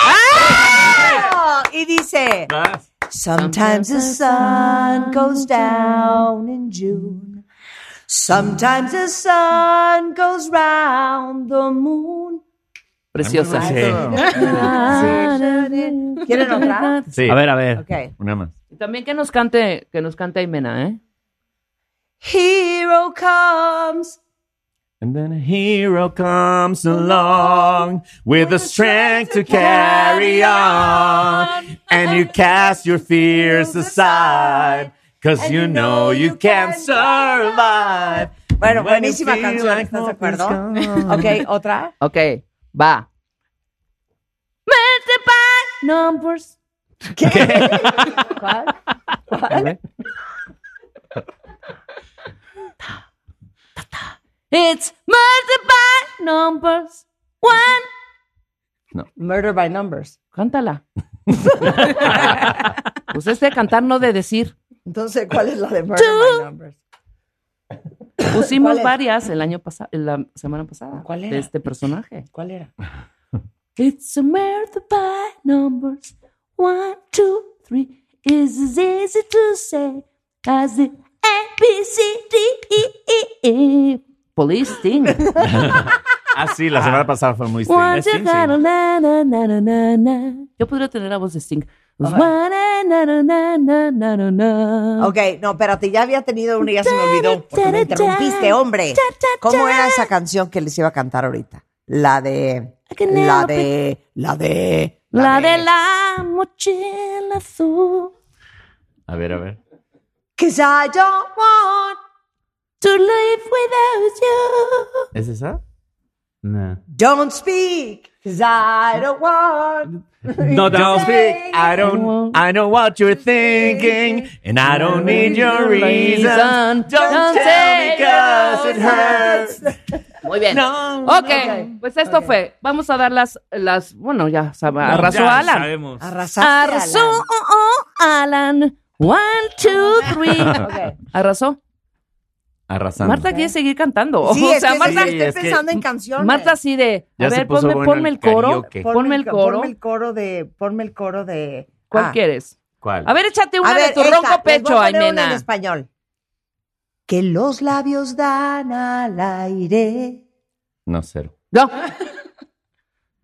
Speaker 7: Oh, y dice.
Speaker 6: Ah,
Speaker 7: Sometimes the sun goes down in June. Sometimes the sun goes round the moon.
Speaker 5: Preciosa.
Speaker 7: ¿Quieren otra?
Speaker 6: Sí.
Speaker 2: A ver, a ver.
Speaker 7: Ok.
Speaker 6: Una más.
Speaker 5: Y También que nos cante, que nos cante Aimena, ¿eh?
Speaker 7: Hero comes.
Speaker 6: And then a hero comes along with the strength to carry on. And you cast your fears aside, cause you know you can survive. When you
Speaker 7: Bueno, buenísima
Speaker 6: feel
Speaker 7: canción,
Speaker 6: like
Speaker 7: ¿estás de
Speaker 6: hope
Speaker 7: acuerdo?
Speaker 6: is
Speaker 2: [laughs]
Speaker 6: gone.
Speaker 7: Ok, otra.
Speaker 5: Ok, va. Multiply numbers.
Speaker 7: ¿Cuál?
Speaker 5: It's multiply numbers. One.
Speaker 7: Murder by Numbers.
Speaker 6: [laughs]
Speaker 5: Cántala. pues es de cantar, no de decir.
Speaker 7: Entonces, ¿cuál es la [laughs] de Murder by Numbers? ¿Cuál
Speaker 5: Pusimos
Speaker 7: es?
Speaker 5: varias el año pasado, la semana pasada.
Speaker 7: ¿Cuál era?
Speaker 5: De este personaje.
Speaker 7: ¿Cuál era?
Speaker 5: It's a murder by numbers. One, two, three. It's as easy to say as the A, B, C, D, E, E, E. Police
Speaker 7: [laughs]
Speaker 5: thing.
Speaker 6: Ah, sí, la semana pasada fue muy
Speaker 5: One,
Speaker 6: sting.
Speaker 5: two, na, na, na, na, na, na, na. Yo podría tener la voz de Sting.
Speaker 7: ver.
Speaker 5: One, na, na, na, na, na, na,
Speaker 4: Ah.
Speaker 5: na.
Speaker 7: Ok, no, espérate, ya había tenido una y ya se me olvidó. Porque me interrumpiste, hombre. ¿Cómo era esa canción que les iba a cantar ahorita? La de. La de. La de.
Speaker 5: La de la mochila azul.
Speaker 6: A ver, a ver.
Speaker 7: Cause I don't want
Speaker 5: To live without you.
Speaker 6: ¿Es esa?
Speaker 2: No.
Speaker 7: Don't speak, cause I don't want.
Speaker 2: No, don't speak.
Speaker 6: I don't, I know what you're thinking, and I don't need your reasons.
Speaker 5: Reason.
Speaker 6: Don't tell me cause it hurts.
Speaker 5: Muy bien.
Speaker 6: No.
Speaker 5: Ok, pues esto fue. Vamos a dar las, las bueno, ya sab- arrasó
Speaker 2: Ya
Speaker 5: Alan.
Speaker 2: Sabemos.
Speaker 7: Arrasaste.
Speaker 5: Arrasó oh,
Speaker 4: [laughs]
Speaker 5: oh, Alan. One, two, three. Arrasó.
Speaker 6: Arrasando.
Speaker 4: Marta quiere seguir cantando.
Speaker 2: Sí,
Speaker 4: [laughs] o
Speaker 2: es
Speaker 4: sea,
Speaker 2: que
Speaker 4: Marta,
Speaker 2: sí,
Speaker 6: Sí, es
Speaker 2: estoy
Speaker 6: que-
Speaker 2: pensando en canciones.
Speaker 4: Marta así de, a
Speaker 6: Ya se
Speaker 4: ver,
Speaker 6: puso
Speaker 4: ponme,
Speaker 6: bueno
Speaker 4: ponme
Speaker 6: el
Speaker 4: el coro.
Speaker 6: karaoke.
Speaker 4: Ponme el coro.
Speaker 2: Ponme el coro de. Ponme el coro de.
Speaker 4: ¿Cuál
Speaker 2: ah.
Speaker 4: quieres?
Speaker 6: ¿Cuál?
Speaker 4: A ver, échate una
Speaker 2: A ver,
Speaker 4: de tu
Speaker 2: esta, les voy
Speaker 4: ronco
Speaker 2: a poner
Speaker 4: pecho,
Speaker 2: una
Speaker 4: Aimena.
Speaker 2: en español. Que los labios dan al aire.
Speaker 6: No, cero.
Speaker 4: No.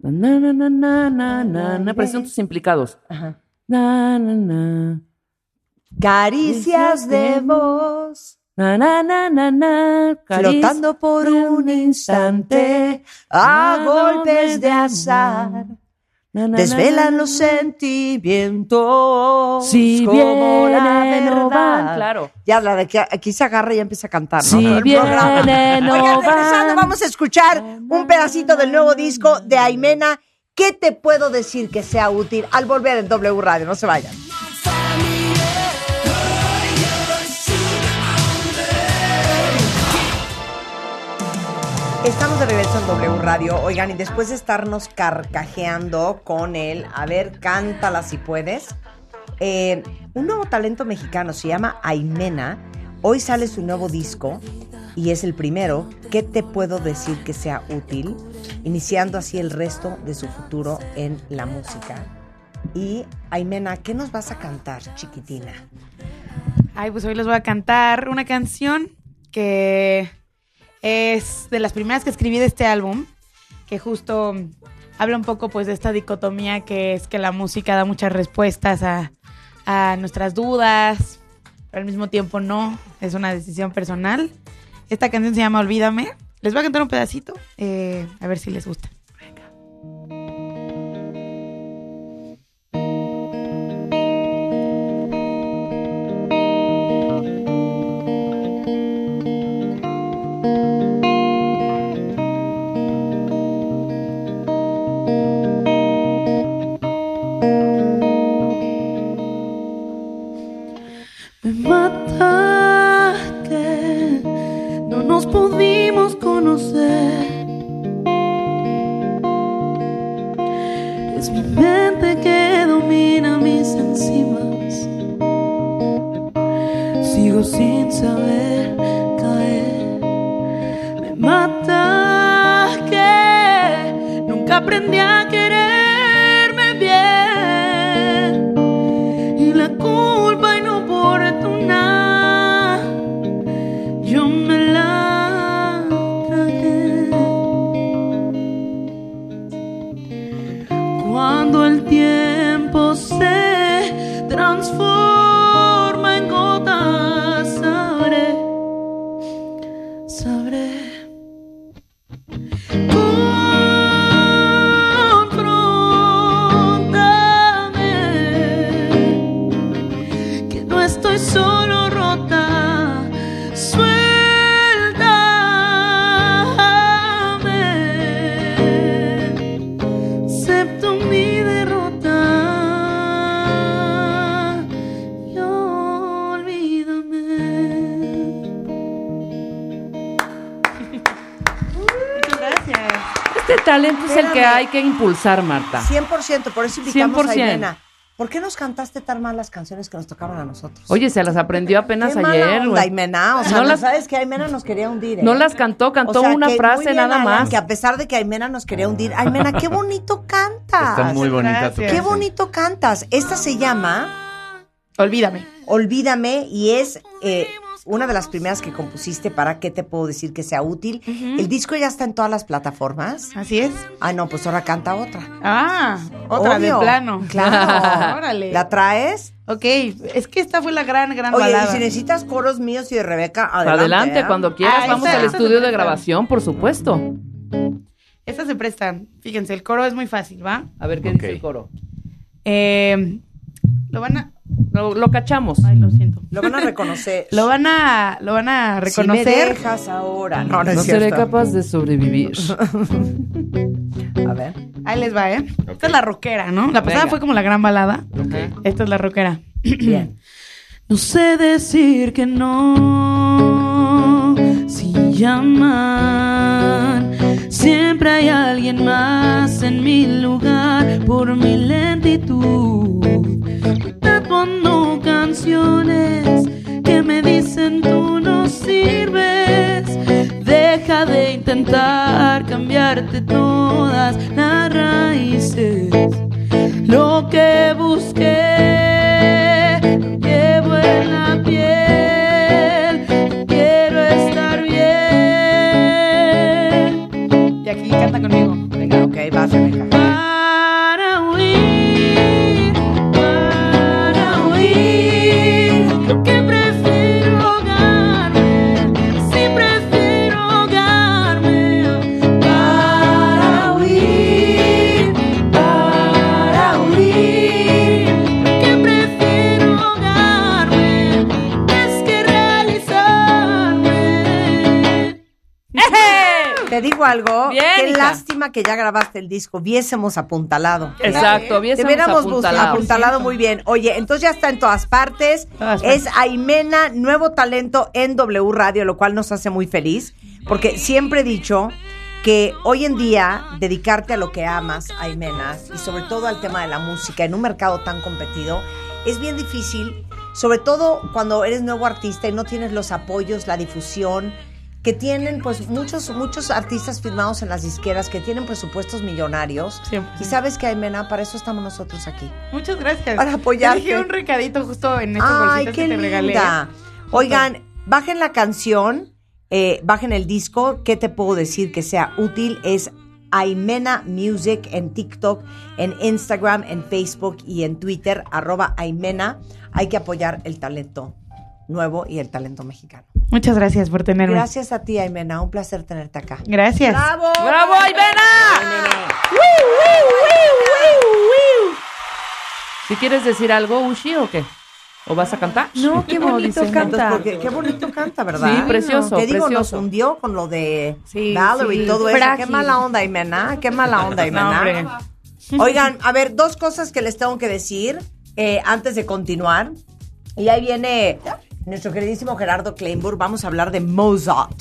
Speaker 4: Na, na, na, na, na, na, na. Parecen tus implicados.
Speaker 2: Ajá.
Speaker 4: Ah, Na, na, na.
Speaker 2: Caricias de voz.
Speaker 4: Na, na, na, na, na. Caricia.
Speaker 2: flotando por un instante a golpes de azar.
Speaker 4: Na, na, na,
Speaker 2: Desvelan
Speaker 4: na,
Speaker 2: los
Speaker 4: na.
Speaker 2: sentimientos
Speaker 4: Si
Speaker 2: como la
Speaker 4: viene, no van,
Speaker 2: verdad.
Speaker 4: claro.
Speaker 2: Ya, la de que aquí se agarra y empieza a cantar. ¿no?
Speaker 4: Si
Speaker 2: Todo el programa.
Speaker 4: viene,
Speaker 2: [laughs] Oigan,
Speaker 4: no
Speaker 2: regresando,
Speaker 4: van.
Speaker 2: vamos a escuchar un pedacito del nuevo disco de Aimena. ¿Qué te puedo decir que sea útil al volver en W Radio? No se vayan. Estamos de regreso en W Radio. Oigan, y después de estarnos carcajeando con él, a ver, cántala si puedes. Eh, un nuevo talento mexicano se llama Aimena. Hoy sale su nuevo disco y es el primero. ¿Qué te puedo decir que sea útil? Iniciando así el resto de su futuro en la música. Y Aimena, ¿qué nos vas a cantar, chiquitina?
Speaker 8: Ay, pues hoy les voy a cantar una canción que es de las primeras que escribí de este álbum, que justo habla un poco pues de esta dicotomía que es que la música da muchas respuestas a, a nuestras dudas, pero al mismo tiempo no, es una decisión personal. Esta canción se llama Olvídame. Les voy a cantar un pedacito, eh, a ver si les gusta.
Speaker 4: Me mata que no nos pudimos conocer. Es mi mente que domina mis enzimas. Sigo sin saber caer. Me mata que nunca aprendí a quererme bien y la culpa inoportuna yo me la tragué cuando el tiempo se transforma en gotas sabré sabré Confróntame que no estoy solo rota. Suéltame, acepto mi derrota y olvídame.
Speaker 8: Muchas gracias.
Speaker 4: Este talento es el que
Speaker 2: Espérame.
Speaker 4: hay que impulsar, Marta.
Speaker 2: 100%, por eso invitamos a
Speaker 4: 100%.
Speaker 2: Aimena. ¿Por qué nos cantaste tan mal las canciones que nos tocaban a nosotros?
Speaker 4: Oye, se las aprendió apenas
Speaker 2: Qué mala
Speaker 4: ayer,
Speaker 2: onda,
Speaker 4: güey.
Speaker 2: Aimena. O sea,
Speaker 4: No
Speaker 2: no
Speaker 4: las-
Speaker 2: sabes que Aimena nos quería hundir. ¿eh?
Speaker 4: No las cantó,
Speaker 2: O
Speaker 4: cantó
Speaker 2: sea,
Speaker 4: una
Speaker 2: que muy
Speaker 4: frase
Speaker 2: bien,
Speaker 4: nada
Speaker 2: Alan,
Speaker 4: más.
Speaker 2: Que a pesar de que Aimena nos quería hundir, Aimena, qué bonito cantas.
Speaker 6: Está muy bonita tu
Speaker 8: Gracias.
Speaker 2: Qué
Speaker 6: canción.
Speaker 2: bonito cantas. Esta se llama
Speaker 8: Olvídame.
Speaker 2: Olvídame y es eh, una de las primeras que compusiste para qué te puedo decir que sea útil. El disco ya está en todas las plataformas.
Speaker 8: Así es.
Speaker 2: Ah, no, pues ahora canta otra.
Speaker 8: Ah, otra
Speaker 2: Obvio.
Speaker 8: de plano. [laughs]
Speaker 2: [laughs] Claro.
Speaker 8: Órale.
Speaker 2: ¿La traes?
Speaker 8: Ok, es que esta fue la gran, gran
Speaker 2: Oye, y
Speaker 8: balada.
Speaker 2: si necesitas coros míos y de Rebeca, adelante.
Speaker 4: Adelante,
Speaker 2: ¿eh?
Speaker 4: cuando quieras,
Speaker 8: Ah,
Speaker 4: vamos
Speaker 8: esa-
Speaker 4: al
Speaker 8: esa
Speaker 4: estudio
Speaker 8: se
Speaker 4: de
Speaker 8: presta.
Speaker 4: grabación, por supuesto.
Speaker 8: Estas se prestan. Fíjense, el coro es muy fácil, ¿va?
Speaker 4: A ver qué dice
Speaker 6: Ok.
Speaker 4: el coro.
Speaker 8: Eh, lo van a...
Speaker 4: Lo, lo cachamos.
Speaker 8: Ay, lo siento.
Speaker 2: Lo van a reconocer.
Speaker 8: [laughs] Lo van a, lo van a
Speaker 2: Si me
Speaker 8: reconocer.
Speaker 2: dejas ahora. No, no es
Speaker 4: No seré
Speaker 2: cierto.
Speaker 4: capaz de sobrevivir.
Speaker 2: A ver.
Speaker 8: Ahí les va, ¿eh? Esta es la rockera, ¿no? La pasada
Speaker 4: Venga.
Speaker 8: fue como la gran balada. Esta es la rockera.
Speaker 2: Bien.
Speaker 8: [clears throat]
Speaker 4: No sé decir que no. Si llaman, siempre hay alguien más en mi lugar por mi lentitud. Te pongo canciones que me dicen tú no sirves. intentar cambiarte todas las raíces. Lo que busqué, lo llevo en la piel. Quiero estar bien
Speaker 8: Y aquí canta conmigo.
Speaker 2: Venga, ok, vas, venga.
Speaker 4: para huir, para huir, que prefiero ahogarme, si prefiero ahogarme, para huir, para huir, que prefiero ahogarme, es que realizarme.
Speaker 2: Te digo algo,
Speaker 7: Bien,
Speaker 2: qué
Speaker 7: hija.
Speaker 2: lástima que ya grabaste el disco, viésemos apuntalado.
Speaker 7: Exacto, bien
Speaker 2: Te
Speaker 7: somos
Speaker 2: hubiéramos bus-
Speaker 7: apuntalados.
Speaker 2: apuntalado muy bien. Oye, entonces ya está en todas partes.
Speaker 7: Todas partes.
Speaker 2: es Aimena, nuevo talento en W Radio, lo cual nos hace muy feliz, porque siempre he dicho que hoy en día dedicarte a lo que amas, Aimena, y sobre todo al tema de la música en un mercado tan competido, es bien difícil, sobre todo cuando eres nuevo artista y no tienes los apoyos, la difusión que tienen pues muchos muchos artistas firmados en las disqueras que tienen presupuestos millonarios
Speaker 8: Siempre.
Speaker 2: y sabes que Aimena, para eso estamos nosotros aquí.
Speaker 8: Muchas gracias.
Speaker 2: Para apoyarte.
Speaker 8: Te dejé un recadito justo en estos
Speaker 2: Ay,
Speaker 8: bolsitas
Speaker 2: qué
Speaker 8: que te regalé.
Speaker 2: linda. Oigan, bajen la canción, eh, bajen el disco. ¿Qué te puedo decir que sea útil? Es Aimena Music en TikTok, en Instagram, en Facebook y en Twitter, arroba Aimena. Hay que apoyar el talento nuevo y el talento mexicano.
Speaker 8: Muchas gracias por tenerme.
Speaker 2: Gracias a ti, Aimena. Un placer tenerte acá.
Speaker 8: Gracias.
Speaker 2: ¡Bravo!
Speaker 7: ¡Bravo, Aymena! Si quieres decir algo, Ushi, o qué? ¿O vas a cantar?
Speaker 5: No, qué
Speaker 7: Como
Speaker 5: bonito
Speaker 7: dicen.
Speaker 5: canta.
Speaker 2: Entonces, porque- qué bonito canta, ¿verdad?
Speaker 7: Sí, precioso,
Speaker 2: Te digo, nos
Speaker 7: precioso.
Speaker 2: hundió con lo de
Speaker 8: Sí,
Speaker 2: Valerie y
Speaker 8: sí.
Speaker 2: todo eso. Qué
Speaker 5: Frágil.
Speaker 2: mala onda, Imena. Qué mala onda,
Speaker 7: hombre.
Speaker 2: Imena. Oigan, a ver, dos cosas que les tengo que decir eh, antes de continuar. Y ahí viene nuestro queridísimo Gerardo Kleinburg. Vamos a hablar de Mozart.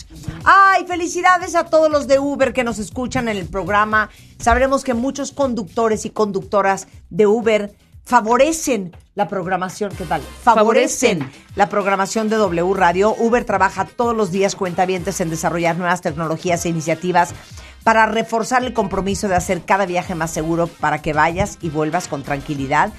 Speaker 2: Ay, felicidades a todos los de Uber que nos escuchan en el programa. Sabremos que muchos conductores y conductoras de Uber favorecen la programación. ¿Qué tal?
Speaker 7: Favorecen.
Speaker 2: Favorecen la programación de W Radio. Uber trabaja todos los días cuentavientes en desarrollar nuevas tecnologías e iniciativas para reforzar el compromiso de hacer cada viaje más seguro para que vayas y vuelvas con tranquilidad.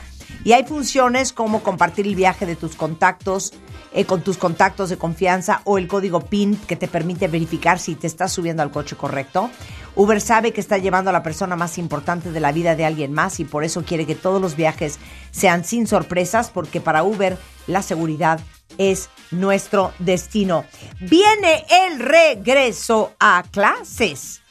Speaker 2: Y hay funciones como compartir el viaje de tus contactos eh, con tus contactos de confianza o el código PIN que te permite verificar si te estás subiendo al coche correcto. Uber sabe que está llevando a la persona más importante de la vida de alguien más y por eso quiere que todos los viajes sean sin sorpresas porque para Uber la seguridad es nuestro destino. Viene el regreso a clases.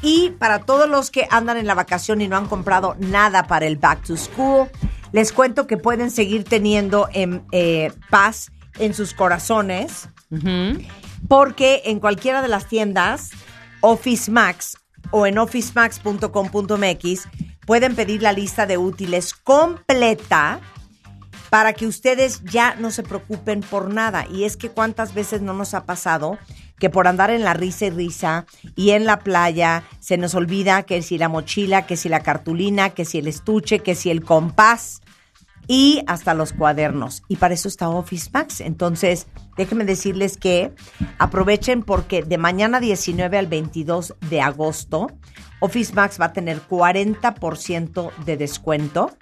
Speaker 2: Y para todos los que andan en la vacación y no han comprado nada para el Back to School, les cuento que pueden seguir teniendo em, eh, paz en sus corazones porque en cualquiera de las tiendas, Office Max o en officemax.com.mx pueden pedir la lista de útiles completa para que ustedes ya no se preocupen por nada. Y es que cuántas veces no nos ha pasado que por andar en la risa y risa y en la playa se nos olvida que si la mochila, que si la cartulina, que si el estuche, que si el compás y hasta los cuadernos. Y para eso está Office Max. Entonces, déjenme decirles que aprovechen porque de mañana 19 al 22 de agosto, Office Max va a tener 40% de descuento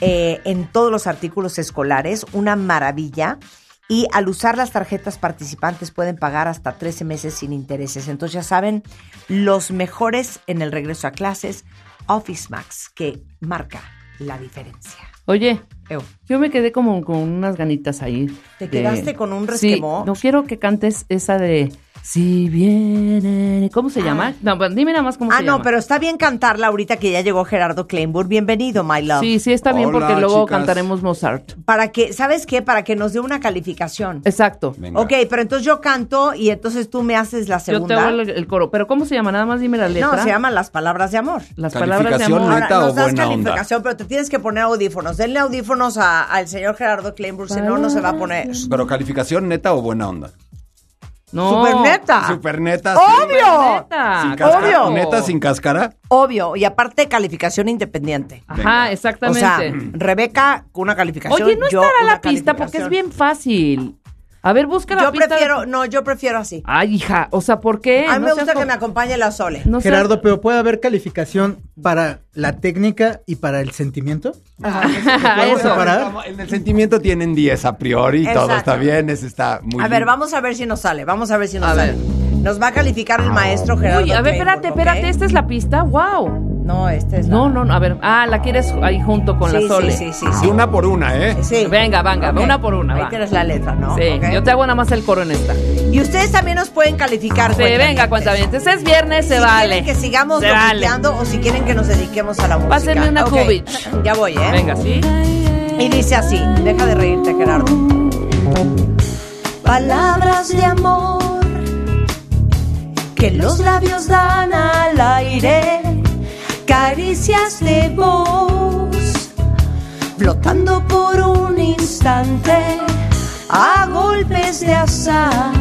Speaker 2: eh, en todos los artículos escolares, una maravilla. Y al usar las tarjetas participantes pueden pagar hasta 13 meses sin intereses. Entonces ya saben, los mejores en el regreso a clases, Office Max, que marca la diferencia.
Speaker 7: Oye,
Speaker 2: Eu.
Speaker 7: yo me quedé como con unas ganitas ahí.
Speaker 2: ¿Te
Speaker 7: de-
Speaker 2: quedaste con un
Speaker 7: Sí,
Speaker 2: resquemor?
Speaker 7: no quiero que cantes esa de... Si vienen... ¿Cómo se llama? No, pues dime nada más cómo
Speaker 2: Ah,
Speaker 7: se
Speaker 2: no,
Speaker 7: llama.
Speaker 2: pero está bien cantarla ahorita que ya llegó Gerardo Kleinburg. Bienvenido, my love.
Speaker 7: Sí, sí, está bien
Speaker 9: Hola,
Speaker 7: porque luego
Speaker 9: chicas.
Speaker 7: cantaremos Mozart.
Speaker 2: Para que, ¿sabes qué? Para que nos dé una calificación.
Speaker 7: Exacto.
Speaker 9: Venga.
Speaker 2: Ok, pero entonces yo canto y entonces tú me haces la
Speaker 7: Yo te
Speaker 2: segunda.
Speaker 7: hago el, el coro. ¿Pero cómo se llama? Nada más dime la letra.
Speaker 2: no, se llaman las palabras de amor.
Speaker 7: Las palabras de
Speaker 9: Calificación,
Speaker 7: amor.
Speaker 2: Ahora,
Speaker 9: ¿Neta
Speaker 2: nos
Speaker 9: o
Speaker 2: das
Speaker 9: buena
Speaker 2: calificación, pero te tienes que poner audífonos. Denle audífonos a- al señor Gerardo Kleinburg, si no, no se va a poner.
Speaker 9: Pero calificación neta o buena onda.
Speaker 7: No.
Speaker 2: Super
Speaker 7: Ah.
Speaker 2: neta.
Speaker 9: Super neta. sí.
Speaker 2: ¡Obvio!
Speaker 7: Neta.
Speaker 3: Ah,
Speaker 9: Sin cáscara.
Speaker 2: obvio.
Speaker 9: Neta sin cáscara.
Speaker 2: Obvio. Y aparte, calificación independiente.
Speaker 7: Ajá,
Speaker 2: O
Speaker 7: exactamente.
Speaker 2: sea, Rebeca, con una calificación.
Speaker 7: Oye, no
Speaker 2: yo
Speaker 7: estará
Speaker 2: una
Speaker 7: la pista porque es
Speaker 2: calificación.
Speaker 7: bien fácil.
Speaker 2: A ver, busca la
Speaker 7: Yo
Speaker 2: pista.
Speaker 7: prefiero, no, yo prefiero así.
Speaker 2: Ay, hija, o sea, ¿por qué?
Speaker 7: A mí me
Speaker 2: No seas
Speaker 7: gusta
Speaker 2: co-
Speaker 7: que me acompañe la Sole.
Speaker 2: no seas-
Speaker 10: Gerardo, pero puede haber calificación para la técnica y para el sentimiento. ¿Podemos
Speaker 2: eso.
Speaker 10: separar?
Speaker 9: Como En el sentimiento tienen 10 a priori, todo
Speaker 7: Exacto.
Speaker 9: está bien, eso está muy
Speaker 7: A ver,
Speaker 9: bien.
Speaker 7: vamos a ver si nos sale, vamos a ver si nos
Speaker 2: A
Speaker 7: sale.
Speaker 2: ver.
Speaker 7: Nos va a calificar el maestro Gerardo.
Speaker 2: Uy, a ver,
Speaker 7: Kleinburg,
Speaker 2: espérate, espérate,
Speaker 7: ¿ok?
Speaker 2: esta es la pista. Wow.
Speaker 7: No, este es la-
Speaker 2: No, no, no, a ver. Ah, la quieres ahí junto con la
Speaker 7: Sí,
Speaker 2: Sole.
Speaker 7: Sí, sí,
Speaker 9: De
Speaker 7: sí.
Speaker 9: una por una, ¿eh?
Speaker 7: sí. Sí.
Speaker 2: Venga, venga,
Speaker 7: Ok.
Speaker 2: una por una,
Speaker 7: Ahí
Speaker 2: va.
Speaker 7: tienes la letra, ¿no?
Speaker 2: Sí,
Speaker 7: Ok.
Speaker 2: yo te hago nada más el coro en esta. Sí,
Speaker 7: Y ustedes también nos pueden calificar.
Speaker 2: venga,
Speaker 7: cuentavientes.
Speaker 2: cuentavientes. Es viernes, se
Speaker 7: si
Speaker 2: vale.
Speaker 7: quieren que sigamos
Speaker 2: Se vale.
Speaker 7: locuteando o si quieren que nos dediquemos a la música.
Speaker 2: Pásenme una
Speaker 7: Ok,
Speaker 2: Kubich.
Speaker 7: Ya voy, ¿eh?
Speaker 2: Venga, sí.
Speaker 7: Y dice así, deja de reírte, Gerardo. Palabras de amor que los labios dan al aire, caricias de voz, flotando por un instante a golpes de azar,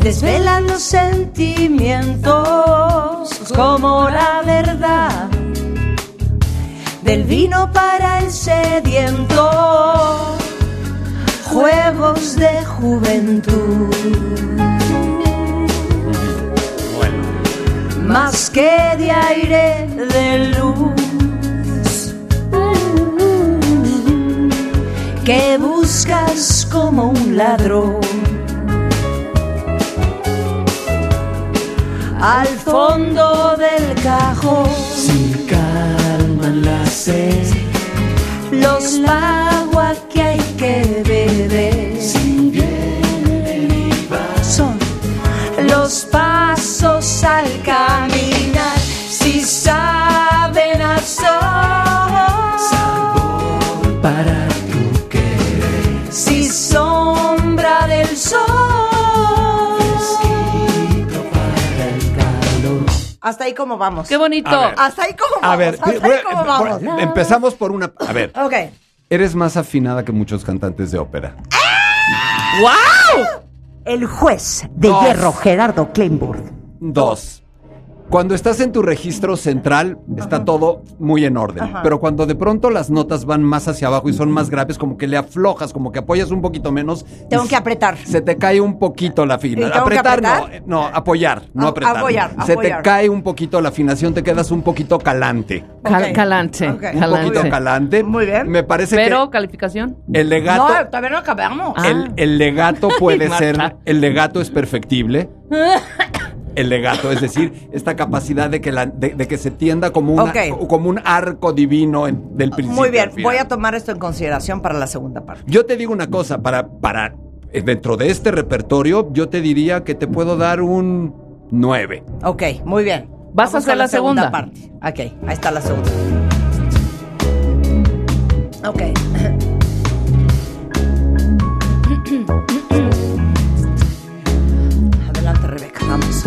Speaker 7: desvelan los sentimientos como la verdad del vino para el sediento, juegos de juventud. Más que de aire de luz, que buscas como un ladrón. Al fondo del cajón. los aguas que hay que beber. Son los pasos al caminar, si saben a sol. para tu querer. Si sombra del sol. Hasta ahí como vamos.
Speaker 2: Qué bonito.
Speaker 9: A ver.
Speaker 7: Hasta ahí como
Speaker 9: A em.
Speaker 7: vamos.
Speaker 9: ver,
Speaker 7: hasta ahí como
Speaker 9: por-
Speaker 7: vamos.
Speaker 9: empezamos por una. A ver,
Speaker 7: Ok.
Speaker 9: eres más afinada que muchos cantantes de ópera.
Speaker 2: ¡Wow!
Speaker 7: El juez de
Speaker 9: Dos.
Speaker 7: hierro, Gerardo Kleinburg.
Speaker 9: Dos. Cuando estás en tu registro central, está todo muy en orden.
Speaker 7: Ajá.
Speaker 9: Pero cuando de pronto las notas van más hacia abajo y son más graves, como que le aflojas, como que apoyas un poquito menos. y
Speaker 7: Tengo que apretar.
Speaker 9: Se te cae un poquito la
Speaker 7: ¿Y
Speaker 9: afinación.
Speaker 7: tengo que
Speaker 9: Apretar, no,
Speaker 7: apretar?
Speaker 9: eh, no, apoyar, no
Speaker 7: A-
Speaker 9: apretar.
Speaker 7: apoyar,
Speaker 9: se te
Speaker 7: apoyar.
Speaker 9: cae un poquito la afinación, te quedas un poquito calante.
Speaker 2: Cal-
Speaker 7: Ah, Ok.
Speaker 2: Calante.
Speaker 7: Ok.
Speaker 9: Un
Speaker 2: calante.
Speaker 9: poquito calante.
Speaker 7: Muy bien.
Speaker 9: Me parece
Speaker 2: Pero, calificación.
Speaker 9: que el legato.
Speaker 7: No, todavía no acabamos.
Speaker 2: Ah.
Speaker 9: El, el
Speaker 2: [laughs]
Speaker 9: legato puede
Speaker 2: Marta.
Speaker 9: ser, el legato es perfectible. El legato, es decir, esta capacidad de que, la- de, de que se tienda como, una-
Speaker 7: Ok.
Speaker 9: como un arco divino en- del principio.
Speaker 7: Muy bien,
Speaker 9: al final.
Speaker 7: voy a tomar esto en consideración para la segunda parte.
Speaker 9: Yo te digo una cosa, para, para eh, dentro de este repertorio, yo te diría que te puedo dar un 9.
Speaker 7: Ok, muy bien. Vamos
Speaker 2: ¿Vas a hacer
Speaker 7: con
Speaker 2: la segunda?
Speaker 7: parte. Ok, ahí está la segunda. Ok. [coughs] Adelante, Rebeca, vamos.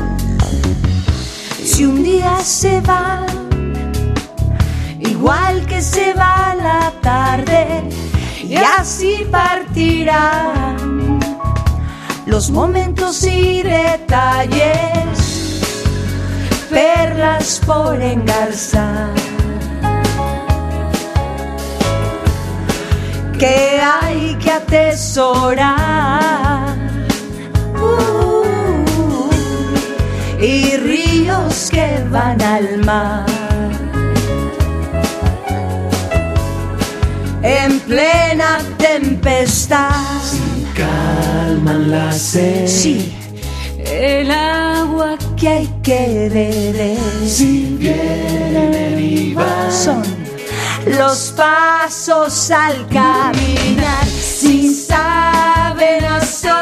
Speaker 7: Si un día se va, igual que se va la tarde, y así partirán los momentos y detalles, perlas por engarzar. Que hay que atesorar Uh, y ríos que van al mar. En plena tempestad Sí, el agua que hay que beber. Si vienen son los pasos al caminar. Si saben a sol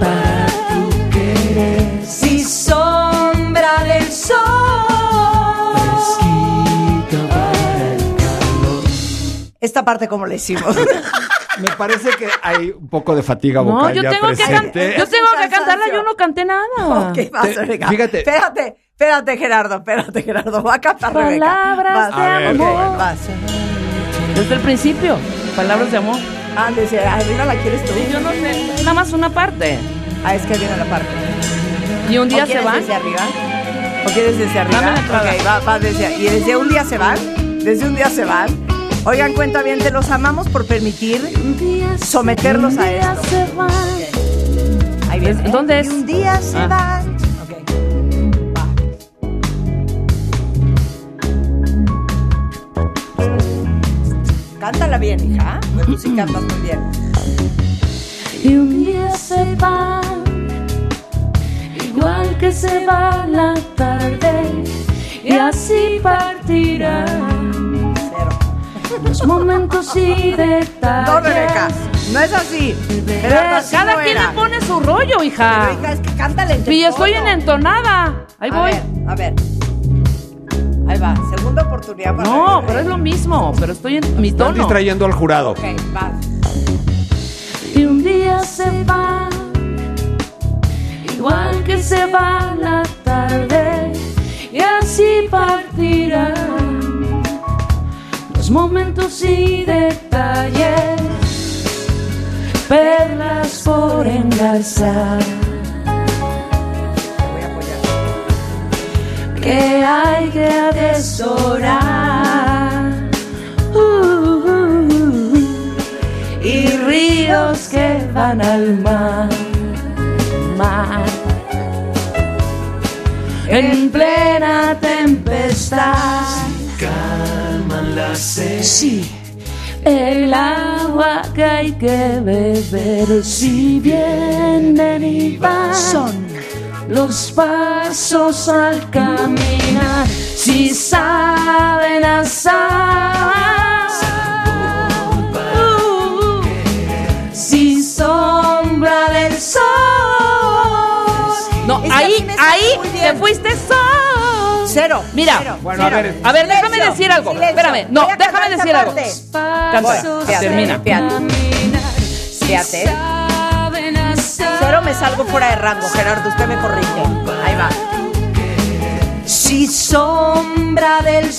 Speaker 7: para tu querer. Si sombra del sol. Esta parte como la
Speaker 2: [laughs]
Speaker 7: hicimos.
Speaker 9: Me parece que hay un poco de fatiga
Speaker 2: No,
Speaker 9: vocal
Speaker 2: yo
Speaker 9: ya
Speaker 2: tengo, que can-
Speaker 9: presente.
Speaker 2: yo tengo que
Speaker 7: Cansancio.
Speaker 2: cantarla, yo no canté nada.
Speaker 7: Ok, vas,
Speaker 9: Te-
Speaker 7: Rebeca.
Speaker 9: fíjate.
Speaker 7: Espérate, espérate, Gerardo, espérate, Gerardo. Va a cantar Rebeca.
Speaker 2: Palabras
Speaker 7: Vas,
Speaker 9: de
Speaker 7: ok,
Speaker 9: amor.
Speaker 7: vas.
Speaker 2: Desde el principio. Palabras de amor.
Speaker 7: Ah, dice, arriba la quieres tú.
Speaker 2: Yo no sé. Nada más una parte.
Speaker 7: Ah, es que viene la parte.
Speaker 2: Y un día
Speaker 7: ¿O
Speaker 2: se
Speaker 7: quieres
Speaker 2: van.
Speaker 7: desde arriba? ¿O quieres desde arriba?
Speaker 2: Dame la
Speaker 7: Ok, va, va desde... ¿Y desde un día se van? ¿Desde un día se van?
Speaker 2: Oigan, cuenta bien, te los amamos por permitir someterlos a esto. Ahí viene.
Speaker 5: Es- ¿dónde
Speaker 2: Y
Speaker 5: es?
Speaker 2: un día se
Speaker 5: Ah.
Speaker 2: va. Va. Cántala bien, hija. Pues tú sí cantas muy bien.
Speaker 11: Y un día se va, igual que se va la tarde, y así partirán los momentos y detalles.
Speaker 2: No, Rebeca, no es así. Pero así
Speaker 5: Cada
Speaker 2: no
Speaker 5: quien
Speaker 2: era.
Speaker 5: le pone su rollo,
Speaker 2: Pero,
Speaker 5: hija.
Speaker 2: hija, es que cántale entre
Speaker 5: Y estoy en
Speaker 2: todos.
Speaker 5: entonada. Ahí
Speaker 2: A
Speaker 5: voy.
Speaker 2: ver, a ver. Ahí va, segunda oportunidad para
Speaker 5: No,
Speaker 2: Rebeca.
Speaker 5: pero es lo mismo. Pero estoy en mi
Speaker 9: Están
Speaker 5: tono.
Speaker 9: distrayendo al jurado.
Speaker 2: Ok, va.
Speaker 11: Y un día se va, igual que se va la tarde, y así partirán los momentos y detalles, perlas por engarzar. Que hay que atesorar. Uh y ríos que van al mar, mar. En plena tempestad, sí. El agua que hay que beber, si vienen y van, son los pasos al caminar, si saben asar. Uh, si sombra del sol.
Speaker 5: No,
Speaker 2: Es que
Speaker 5: ahí,
Speaker 2: así me sale
Speaker 5: ahí
Speaker 2: muy bien.
Speaker 5: te fuiste sol.
Speaker 2: Cero.
Speaker 5: Mira.
Speaker 2: cero,
Speaker 9: Bueno, a
Speaker 2: cero.
Speaker 9: ver.
Speaker 5: A ver, déjame
Speaker 2: Silencio,
Speaker 5: decir algo.
Speaker 2: silencio.
Speaker 5: Espérame. No,
Speaker 2: Voy a
Speaker 5: déjame
Speaker 2: cantar esa
Speaker 5: decir algo.
Speaker 2: parte.
Speaker 5: Canta,
Speaker 2: Fíjate,
Speaker 5: termina.
Speaker 2: fíjate. Fíjate. Cero
Speaker 11: Cero
Speaker 2: me salgo fuera de rango, Gerardo. Usted me corrige. Ahí va.
Speaker 11: Si sombra del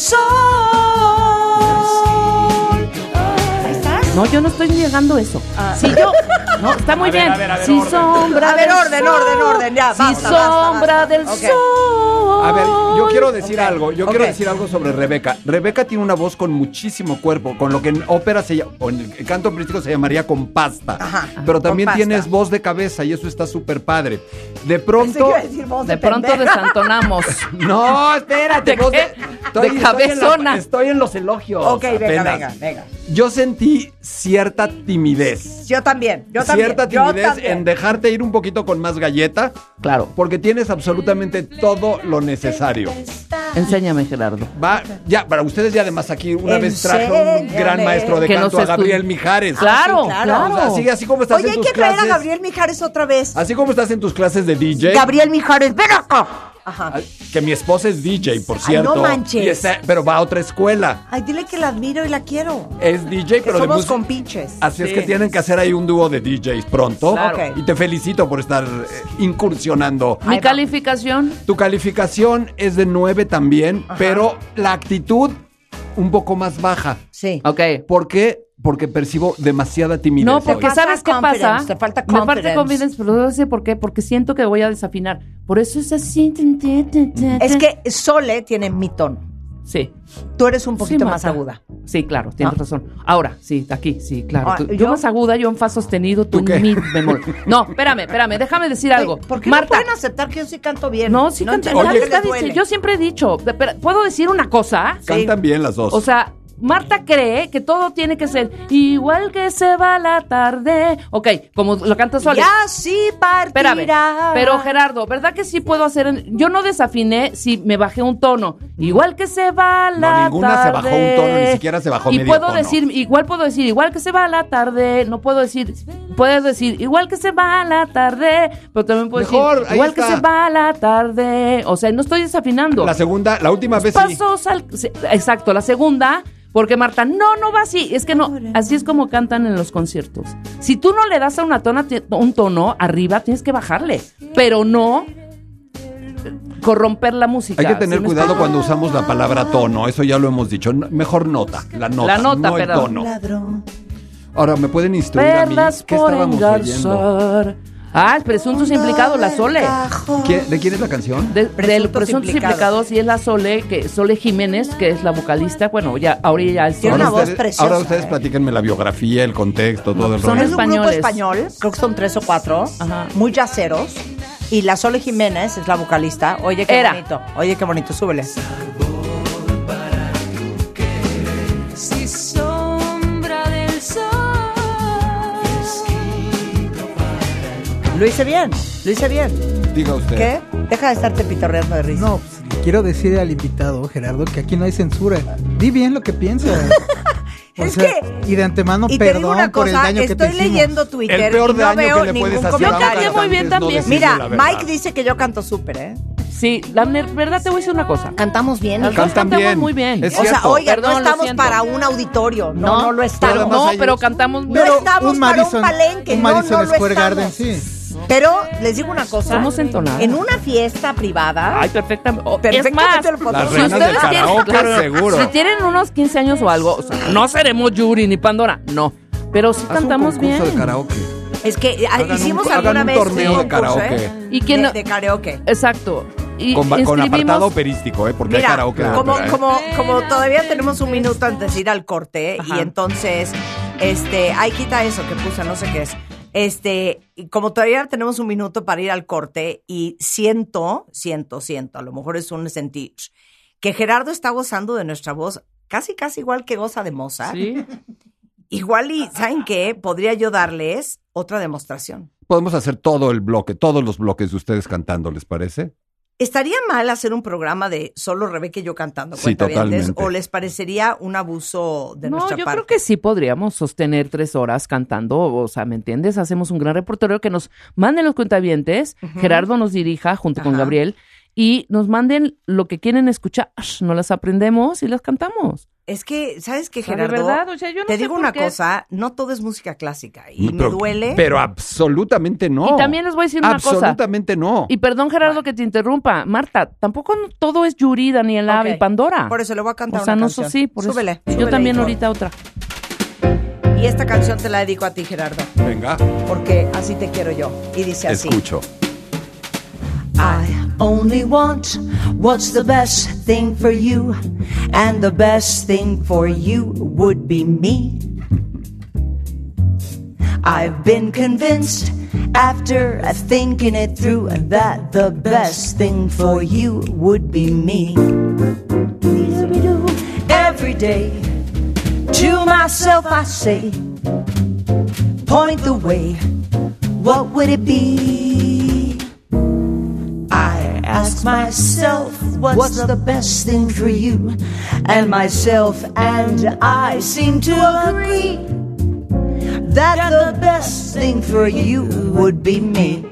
Speaker 11: sol.
Speaker 5: No, yo no estoy negando eso. Si yo. No, está muy
Speaker 9: A ver,
Speaker 5: bien.
Speaker 9: a ver, a ver,
Speaker 5: si
Speaker 9: orden.
Speaker 5: sombra
Speaker 2: Ah. A ver,
Speaker 5: del
Speaker 2: orden,
Speaker 5: sol.
Speaker 2: orden, orden, ya,
Speaker 5: Si
Speaker 2: basta, basta,
Speaker 5: sombra
Speaker 2: basta.
Speaker 5: del
Speaker 2: Ok.
Speaker 5: sol.
Speaker 9: A ver, yo quiero decir
Speaker 2: Ok,
Speaker 9: algo. Yo
Speaker 2: ok.
Speaker 9: quiero decir algo sobre Rebeca. Rebeca tiene una voz con muchísimo cuerpo, con lo que en ópera se llama, o en el canto operístico se llamaría con pasta.
Speaker 2: Ajá.
Speaker 9: Pero
Speaker 2: Con
Speaker 9: también
Speaker 2: pasta.
Speaker 9: tienes voz de cabeza y eso está súper padre. De
Speaker 2: Pensé que
Speaker 9: pronto.
Speaker 2: iba a decir voz
Speaker 5: De pronto
Speaker 2: pendeja. [laughs]
Speaker 5: desantonamos.
Speaker 9: [laughs] No, espérate,
Speaker 5: ¿De
Speaker 9: voz
Speaker 5: qué? De
Speaker 9: en la-
Speaker 5: cabezona.
Speaker 9: estoy en los elogios.
Speaker 2: [laughs] Ok, venga,
Speaker 9: apenas.
Speaker 2: venga, venga.
Speaker 9: Yo sentí cierta timidez.
Speaker 2: Yo también, yo también.
Speaker 9: cierta
Speaker 2: yo
Speaker 9: timidez
Speaker 2: también.
Speaker 9: en dejarte ir un poquito con más galleta,
Speaker 5: Claro.
Speaker 9: porque tienes absolutamente todo lo necesario.
Speaker 2: Ah,
Speaker 5: Enséñame, Gerardo.
Speaker 9: Va, ya, para ustedes ya además aquí una vez trajo un
Speaker 2: Enséñame.
Speaker 9: gran maestro de
Speaker 5: Que
Speaker 9: canto
Speaker 5: nos
Speaker 9: a Gabriel
Speaker 5: estu-
Speaker 9: Mijares.
Speaker 5: Claro,
Speaker 9: O sea,
Speaker 5: claro.
Speaker 9: así, así como estás
Speaker 2: Oye,
Speaker 9: en
Speaker 2: hay
Speaker 9: tus
Speaker 2: que traer
Speaker 9: clases.
Speaker 2: a Gabriel Mijares otra vez.
Speaker 9: Así como estás en tus clases de DJ.
Speaker 2: Gabriel Mijares, ven acá. Ajá.
Speaker 9: ah, Que mi esposa es DJ, por
Speaker 2: Ay,
Speaker 9: cierto.
Speaker 2: no manches.
Speaker 9: Y está- pero va a otra escuela.
Speaker 2: Ay, dile que la admiro y la quiero.
Speaker 9: Es DJ,
Speaker 2: Que
Speaker 9: pero de
Speaker 2: somos
Speaker 9: música.
Speaker 2: compinches.
Speaker 9: Así es que
Speaker 5: Sí.
Speaker 9: tienen que hacer ahí un dúo de DJs pronto.
Speaker 5: Claro.
Speaker 2: Ok.
Speaker 9: Y te felicito por estar eh, incursionando.
Speaker 5: Mi calificación.
Speaker 9: Tu calificación es de 9 también, pero la actitud un poco más baja.
Speaker 2: Sí.
Speaker 5: Ok.
Speaker 9: ¿Por qué? Porque percibo demasiada timidez.
Speaker 5: No, porque
Speaker 9: hoy.
Speaker 2: falta
Speaker 5: ¿sabes qué
Speaker 2: confidence,
Speaker 5: pasa?
Speaker 2: te falta
Speaker 5: Me falta
Speaker 2: confidence.
Speaker 5: confidence, pero no sé por qué, porque siento que voy a desafinar. Por eso es así. tin, tin, tin, tin,
Speaker 2: Es
Speaker 5: tin.
Speaker 2: que Sole tiene mi tono.
Speaker 5: Sí.
Speaker 2: Tú eres un poquito
Speaker 5: Sí,
Speaker 2: más
Speaker 5: Marta.
Speaker 2: aguda.
Speaker 5: Sí, claro, tienes
Speaker 2: Ah.
Speaker 5: razón. Ahora, sí, aquí, sí, claro.
Speaker 2: Ah,
Speaker 5: Tú- yo,
Speaker 2: ¿yo?
Speaker 5: más aguda, yo en fa sostenido, tú,
Speaker 9: ¿Tú qué?
Speaker 5: en mi bemol. No, espérame, espérame, déjame decir
Speaker 2: [laughs]
Speaker 5: algo.
Speaker 2: Oye, ¿Por qué no
Speaker 5: Marta,
Speaker 2: pueden aceptar que yo sí canto bien?
Speaker 5: no, sí, canta-
Speaker 2: entiendo
Speaker 5: ya
Speaker 2: por
Speaker 5: te
Speaker 2: qué les
Speaker 5: está
Speaker 2: duele.
Speaker 5: dici- yo siempre he dicho, de- pero, ¿puedo decir una cosa?
Speaker 9: Cantan bien las dos.
Speaker 5: O sea, Marta cree que todo tiene que ser igual que se va la tarde. Ok, como lo canta Sol.
Speaker 2: Ya sí partirá.
Speaker 5: Espérame. Pero Gerardo, ¿verdad que sí puedo hacer? en- Yo no desafiné si me bajé un tono. Igual que se va la
Speaker 9: ninguna se
Speaker 5: tarde.
Speaker 9: bajó un tono, ni siquiera se bajó
Speaker 5: Y
Speaker 9: medio
Speaker 5: puedo
Speaker 9: tono.
Speaker 5: decir, igual puedo decir, igual que se va la tarde. No puedo decir, puedes decir, igual que se va la tarde. Pero también puedo
Speaker 9: Mejor,
Speaker 5: decir,
Speaker 9: ahí
Speaker 5: igual que
Speaker 9: está.
Speaker 5: se va la tarde. O sea, no estoy desafinando.
Speaker 9: la segunda, la última vez sí.
Speaker 5: Pasos al. sí, Exacto, la segunda. Porque Marta, no, no va así. Es que no, así es como cantan en los conciertos. Si tú no le das a una tona ti- un tono arriba, tienes que bajarle. Pero no corromper la música.
Speaker 9: Hay que
Speaker 5: ¿Sí
Speaker 9: tener
Speaker 5: me
Speaker 9: cuidado
Speaker 5: explico?
Speaker 9: cuando usamos la palabra tono, eso ya lo hemos dicho. No- Mejor nota, la nota,
Speaker 5: La nota,
Speaker 9: no el
Speaker 5: perdón.
Speaker 9: tono. Ahora, ¿me pueden instruir a mí
Speaker 5: Perlas
Speaker 9: qué
Speaker 5: por
Speaker 9: estábamos oyendo?
Speaker 5: engarzar Ah, el presunto es implicado, la Sole.
Speaker 9: ¿Quién- ¿De quién es la canción?
Speaker 5: De- del
Speaker 2: Presuntos
Speaker 5: presunto implicado,
Speaker 2: implicados.
Speaker 5: sí es la Sole, que Sole Jiménez, que es la vocalista. Bueno, ya ahora ya es
Speaker 2: Tiene una voz
Speaker 9: ustedes,
Speaker 2: preciosa,
Speaker 9: Ahora ustedes
Speaker 2: ¿eh?
Speaker 9: platíquenme la biografía, el contexto, todo el
Speaker 5: Son
Speaker 9: rollo.
Speaker 2: Es un grupo
Speaker 5: españoles.
Speaker 2: español, creo que son tres o cuatro,
Speaker 5: Ajá.
Speaker 2: muy yaceros. Y la Sole Jiménez es la vocalista. Oye, qué
Speaker 5: Era.
Speaker 2: bonito. Oye, qué bonito, súbele.
Speaker 11: Si sombra del sol.
Speaker 2: Lo hice bien, lo hice bien.
Speaker 9: Diga usted.
Speaker 2: ¿Qué? Deja de estarte pitorreando de risa.
Speaker 10: No, pues, le quiero decir al invitado, Gerardo, que aquí no hay censura. Di bien lo que
Speaker 2: [laughs]
Speaker 10: piensas. O
Speaker 2: Es
Speaker 10: sea,
Speaker 2: que-
Speaker 10: Y de antemano,
Speaker 2: y te digo
Speaker 10: perdón
Speaker 2: una
Speaker 10: por el
Speaker 2: cosa,
Speaker 10: daño que te
Speaker 2: estoy
Speaker 10: hicimos.
Speaker 2: leyendo Twitter
Speaker 9: El peor
Speaker 2: y no
Speaker 9: daño
Speaker 2: veo
Speaker 9: que le puedes
Speaker 2: ningún
Speaker 9: hacer
Speaker 5: Yo
Speaker 9: a un
Speaker 2: comentario.
Speaker 5: canté
Speaker 9: cantante
Speaker 5: muy bien
Speaker 9: es no
Speaker 5: también.
Speaker 9: decirle
Speaker 2: Mira,
Speaker 9: la verdad.
Speaker 2: Mike dice que yo canto súper, ¿eh?
Speaker 5: Sí, la mer- verdad te voy a decir una cosa.
Speaker 2: Cantamos bien.
Speaker 5: Las
Speaker 2: O
Speaker 5: dos
Speaker 9: Cantan
Speaker 5: cantamos
Speaker 9: bien.
Speaker 5: muy bien.
Speaker 9: Es
Speaker 5: O sea,
Speaker 2: sea,
Speaker 9: cierto.
Speaker 2: oiga,
Speaker 5: Perdón,
Speaker 2: no
Speaker 5: lo
Speaker 2: estamos
Speaker 5: siento.
Speaker 2: para un auditorio. No, no, lo
Speaker 9: Pero
Speaker 2: estamos.
Speaker 9: además
Speaker 5: No,
Speaker 9: hay-
Speaker 5: pero cantamos
Speaker 2: No
Speaker 5: bien.
Speaker 2: estamos para un palenque,
Speaker 10: un
Speaker 2: no,
Speaker 10: Madison
Speaker 2: no lo
Speaker 10: Square
Speaker 2: estamos.
Speaker 10: Garden, sí.
Speaker 2: Pero les digo una cosa.
Speaker 5: Somos entonadas.
Speaker 2: En una fiesta privada.
Speaker 5: Ay, perfectamente. Oh, es
Speaker 2: Perfectamente
Speaker 5: más,
Speaker 2: lo puedo
Speaker 9: Las
Speaker 2: hacer.
Speaker 9: reinas del
Speaker 5: ustedes tienen-
Speaker 9: karaoke,
Speaker 5: claro,
Speaker 9: seguro.
Speaker 5: Si tienen unos 15 años o algo, o sea, no seremos Yuri ni Pandora, no. Pero sí
Speaker 9: Haz un
Speaker 5: cantamos
Speaker 9: concurso
Speaker 5: bien.
Speaker 9: de karaoke.
Speaker 2: Es que ah,
Speaker 9: Hagan un-
Speaker 2: hicimos
Speaker 9: hagan
Speaker 2: alguna
Speaker 9: un
Speaker 2: vez
Speaker 9: torneo de
Speaker 2: concurso,
Speaker 9: karaoke.
Speaker 2: ¿eh?
Speaker 5: Y quien
Speaker 2: de,
Speaker 5: no-
Speaker 2: de karaoke.
Speaker 5: Exacto. Y
Speaker 9: Con, ba- con
Speaker 5: inscribimos-
Speaker 9: apartado operístico, ¿eh? Porque hay
Speaker 2: Mira,
Speaker 9: karaoke. de
Speaker 2: como,
Speaker 9: ópera, ¿eh?
Speaker 2: como, como todavía tenemos un minuto antes de ir al corte, y entonces, este, ay, quita eso que puse, no sé qué es. Este, y como todavía tenemos un minuto para ir al corte, y siento, siento, siento, a lo mejor es un sentir, que Gerardo está gozando de nuestra voz casi, casi igual que goza de Mozart.
Speaker 5: Sí.
Speaker 2: Igual y, ¿saben qué? Podría yo darles otra demostración.
Speaker 9: Podemos hacer todo el bloque, todos los bloques de ustedes cantando, ¿les parece?
Speaker 2: ¿Estaría mal hacer un programa de solo Rebeca y yo cantando
Speaker 9: Sí,
Speaker 2: cuentavientes?
Speaker 9: totalmente.
Speaker 2: ¿O les parecería un abuso de
Speaker 5: No,
Speaker 2: nuestra
Speaker 5: yo
Speaker 2: parte?
Speaker 5: creo que sí podríamos sostener tres horas cantando, o sea, ¿me entiendes? Hacemos un gran repertorio que nos manden los cuentavientes, Gerardo nos dirija junto con
Speaker 2: Ajá.
Speaker 5: Gabriel, y nos manden lo que quieren escuchar, nos las aprendemos y las cantamos.
Speaker 2: Es que, ¿sabes qué,
Speaker 5: O sea,
Speaker 2: Gerardo?
Speaker 5: de verdad, o sea, yo no
Speaker 2: Te
Speaker 5: sé
Speaker 2: digo
Speaker 5: por
Speaker 2: una
Speaker 5: qué.
Speaker 2: cosa, no todo es música clásica y
Speaker 9: Pero-
Speaker 2: me duele.
Speaker 9: Pero absolutamente no.
Speaker 5: Y también les voy a decir una cosa.
Speaker 9: Absolutamente no.
Speaker 5: Y perdón, Gerardo, que te interrumpa. Marta, tampoco no- todo es Yuri, Daniela
Speaker 2: Ok.
Speaker 5: y Pandora.
Speaker 2: por eso le voy a cantar
Speaker 5: o sea,
Speaker 2: una
Speaker 5: no
Speaker 2: canción.
Speaker 5: so- sí, por eso.
Speaker 2: Súbele,
Speaker 5: Yo
Speaker 2: súbele,
Speaker 5: también
Speaker 2: hijo.
Speaker 5: ahorita otra.
Speaker 2: Y esta canción te la dedico a ti, Gerardo,
Speaker 9: Venga,
Speaker 2: porque así te quiero yo. Y dice así.
Speaker 9: escucho.
Speaker 2: I only want what's the best thing for you, and the best thing for you would be me. I've been convinced after thinking it through that the best thing for you would be me. Every day, to myself I say, point the way, what would it be? I ask myself, what's, the best thing for you? And myself and I seem to agree that the best thing for you would be me.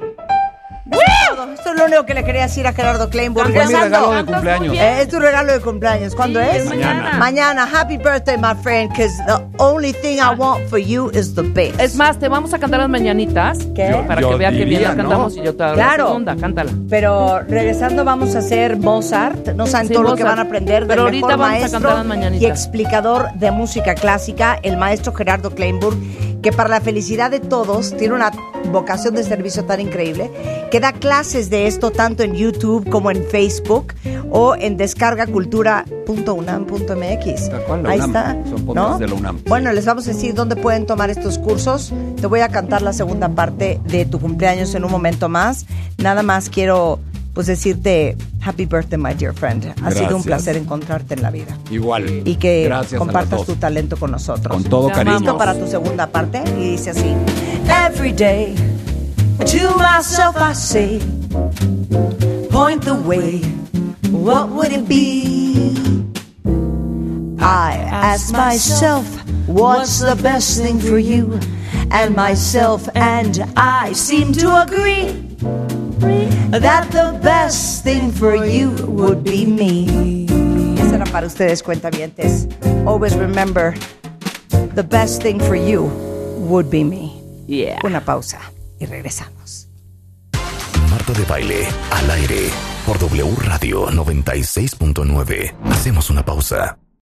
Speaker 2: Esto es lo único que le quería decir a Gerardo Kleinburg.
Speaker 9: Fue mi regalo de
Speaker 5: Cantas muy
Speaker 9: cumpleaños.
Speaker 5: bien.
Speaker 2: Eh, es tu regalo de cumpleaños. ¿Cuándo
Speaker 5: Sí,
Speaker 2: es?
Speaker 5: es mañana.
Speaker 2: Mañana. Happy birthday, my friend, because the only thing
Speaker 5: Ah.
Speaker 2: I want for you is the best.
Speaker 5: Es más, te vamos a cantar las mañanitas
Speaker 2: ¿Qué? Yo-
Speaker 5: para
Speaker 9: yo
Speaker 5: que vea que bien
Speaker 9: diría,
Speaker 5: las
Speaker 9: ¿no?
Speaker 5: cantamos y yo te hago
Speaker 2: Claro.
Speaker 5: la segunda, cántala.
Speaker 2: Pero regresando vamos a hacer Mozart. No saben
Speaker 5: Sí,
Speaker 2: todo lo que
Speaker 5: Mozart.
Speaker 2: van a aprender del
Speaker 5: Pero ahorita
Speaker 2: mejor
Speaker 5: vamos a
Speaker 2: maestro
Speaker 5: cantar las mañanitas.
Speaker 2: y explicador de música clásica, el maestro Gerardo Kleinburg, que para la felicidad de todos tiene una vocación de servicio tan increíble, que da clases de esto tanto en YouTube como en Facebook o en descargacultura.unam.mx.
Speaker 9: Tal cual, la
Speaker 2: Ahí
Speaker 9: UNAM.
Speaker 2: está.
Speaker 9: Son podcasts
Speaker 2: ¿no?
Speaker 9: de la UNAM.
Speaker 2: Bueno, les vamos a decir dónde pueden tomar estos cursos. Te voy a cantar la segunda parte de tu cumpleaños en un momento más. Nada más quiero pues decirte happy birthday my dear friend. Ha sido
Speaker 9: Gracias.
Speaker 2: un placer encontrarte en la vida
Speaker 9: Igual.
Speaker 2: y que
Speaker 9: Gracias a las
Speaker 2: compartas
Speaker 9: dos.
Speaker 2: tu talento con nosotros.
Speaker 9: Con todo
Speaker 5: Te
Speaker 9: cariño.
Speaker 2: Listo para tu segunda parte y dice así. Every day to myself I say point the way what would it be? I ask myself what's the best thing for you and myself and I seem to agree that the best thing for you would be me. Esa era para ustedes, cuentavientes. Always remember, the best thing for you would be me.
Speaker 5: Yeah.
Speaker 2: Una pausa y regresamos.
Speaker 6: Marta de Baile, al aire, por W Radio 96.9. Hacemos una pausa.